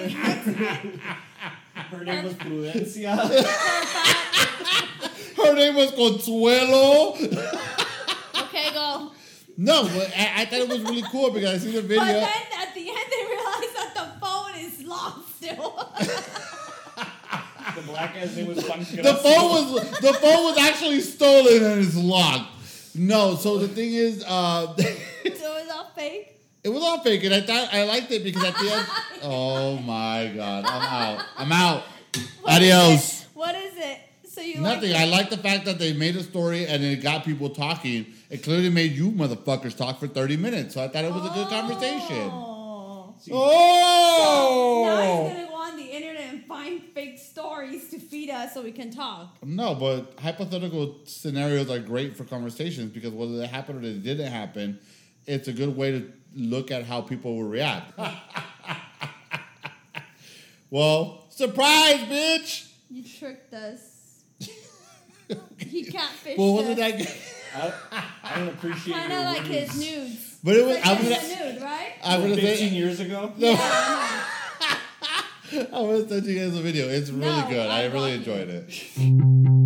[SPEAKER 2] She's Mexican.
[SPEAKER 5] Her name was Prudencia.
[SPEAKER 1] Her name was Consuelo.
[SPEAKER 2] Okay, go.
[SPEAKER 1] No, but I, I thought it was really cool because I see the video.
[SPEAKER 2] But then at the end, they realized that the phone is locked still.
[SPEAKER 5] the black guy's name was Pancho.
[SPEAKER 1] the phone was the phone was actually stolen and it's locked. No, so the thing is, uh,
[SPEAKER 2] so it's all fake.
[SPEAKER 1] it was all fake, and I thought I liked it because at the end, oh my god, I'm out, I'm out.
[SPEAKER 2] What is
[SPEAKER 1] Adios.
[SPEAKER 2] it? What is it? So you
[SPEAKER 1] Nothing.
[SPEAKER 2] Like
[SPEAKER 1] I like the fact that they made a story and it got people talking. It clearly made you motherfuckers talk for thirty minutes, so I thought it was a good conversation.
[SPEAKER 2] Oh. Now he's
[SPEAKER 1] Oh
[SPEAKER 2] gonna go on the internet and find fake stories to feed us so we can talk.
[SPEAKER 1] no, but hypothetical scenarios are great for conversations because whether they happened or they didn't happen, it's a good way to look at how people will react. well, surprise, bitch!
[SPEAKER 2] You tricked us. he catfished
[SPEAKER 1] Well, wasn't
[SPEAKER 2] us.
[SPEAKER 1] that? good?
[SPEAKER 5] I, I don't appreciate
[SPEAKER 2] Kind
[SPEAKER 5] your
[SPEAKER 2] of like
[SPEAKER 5] words.
[SPEAKER 2] his nudes.
[SPEAKER 1] But it was.
[SPEAKER 2] Like
[SPEAKER 1] I'm
[SPEAKER 2] his
[SPEAKER 1] gonna.
[SPEAKER 2] nude, right?
[SPEAKER 1] I'm
[SPEAKER 5] Like
[SPEAKER 1] gonna
[SPEAKER 5] 15
[SPEAKER 1] say.
[SPEAKER 5] years ago.
[SPEAKER 1] No,
[SPEAKER 2] Yeah,
[SPEAKER 1] I want to send you guys a video. It's really
[SPEAKER 2] No,
[SPEAKER 1] good. I
[SPEAKER 2] I
[SPEAKER 1] really
[SPEAKER 2] want you.
[SPEAKER 1] enjoyed it.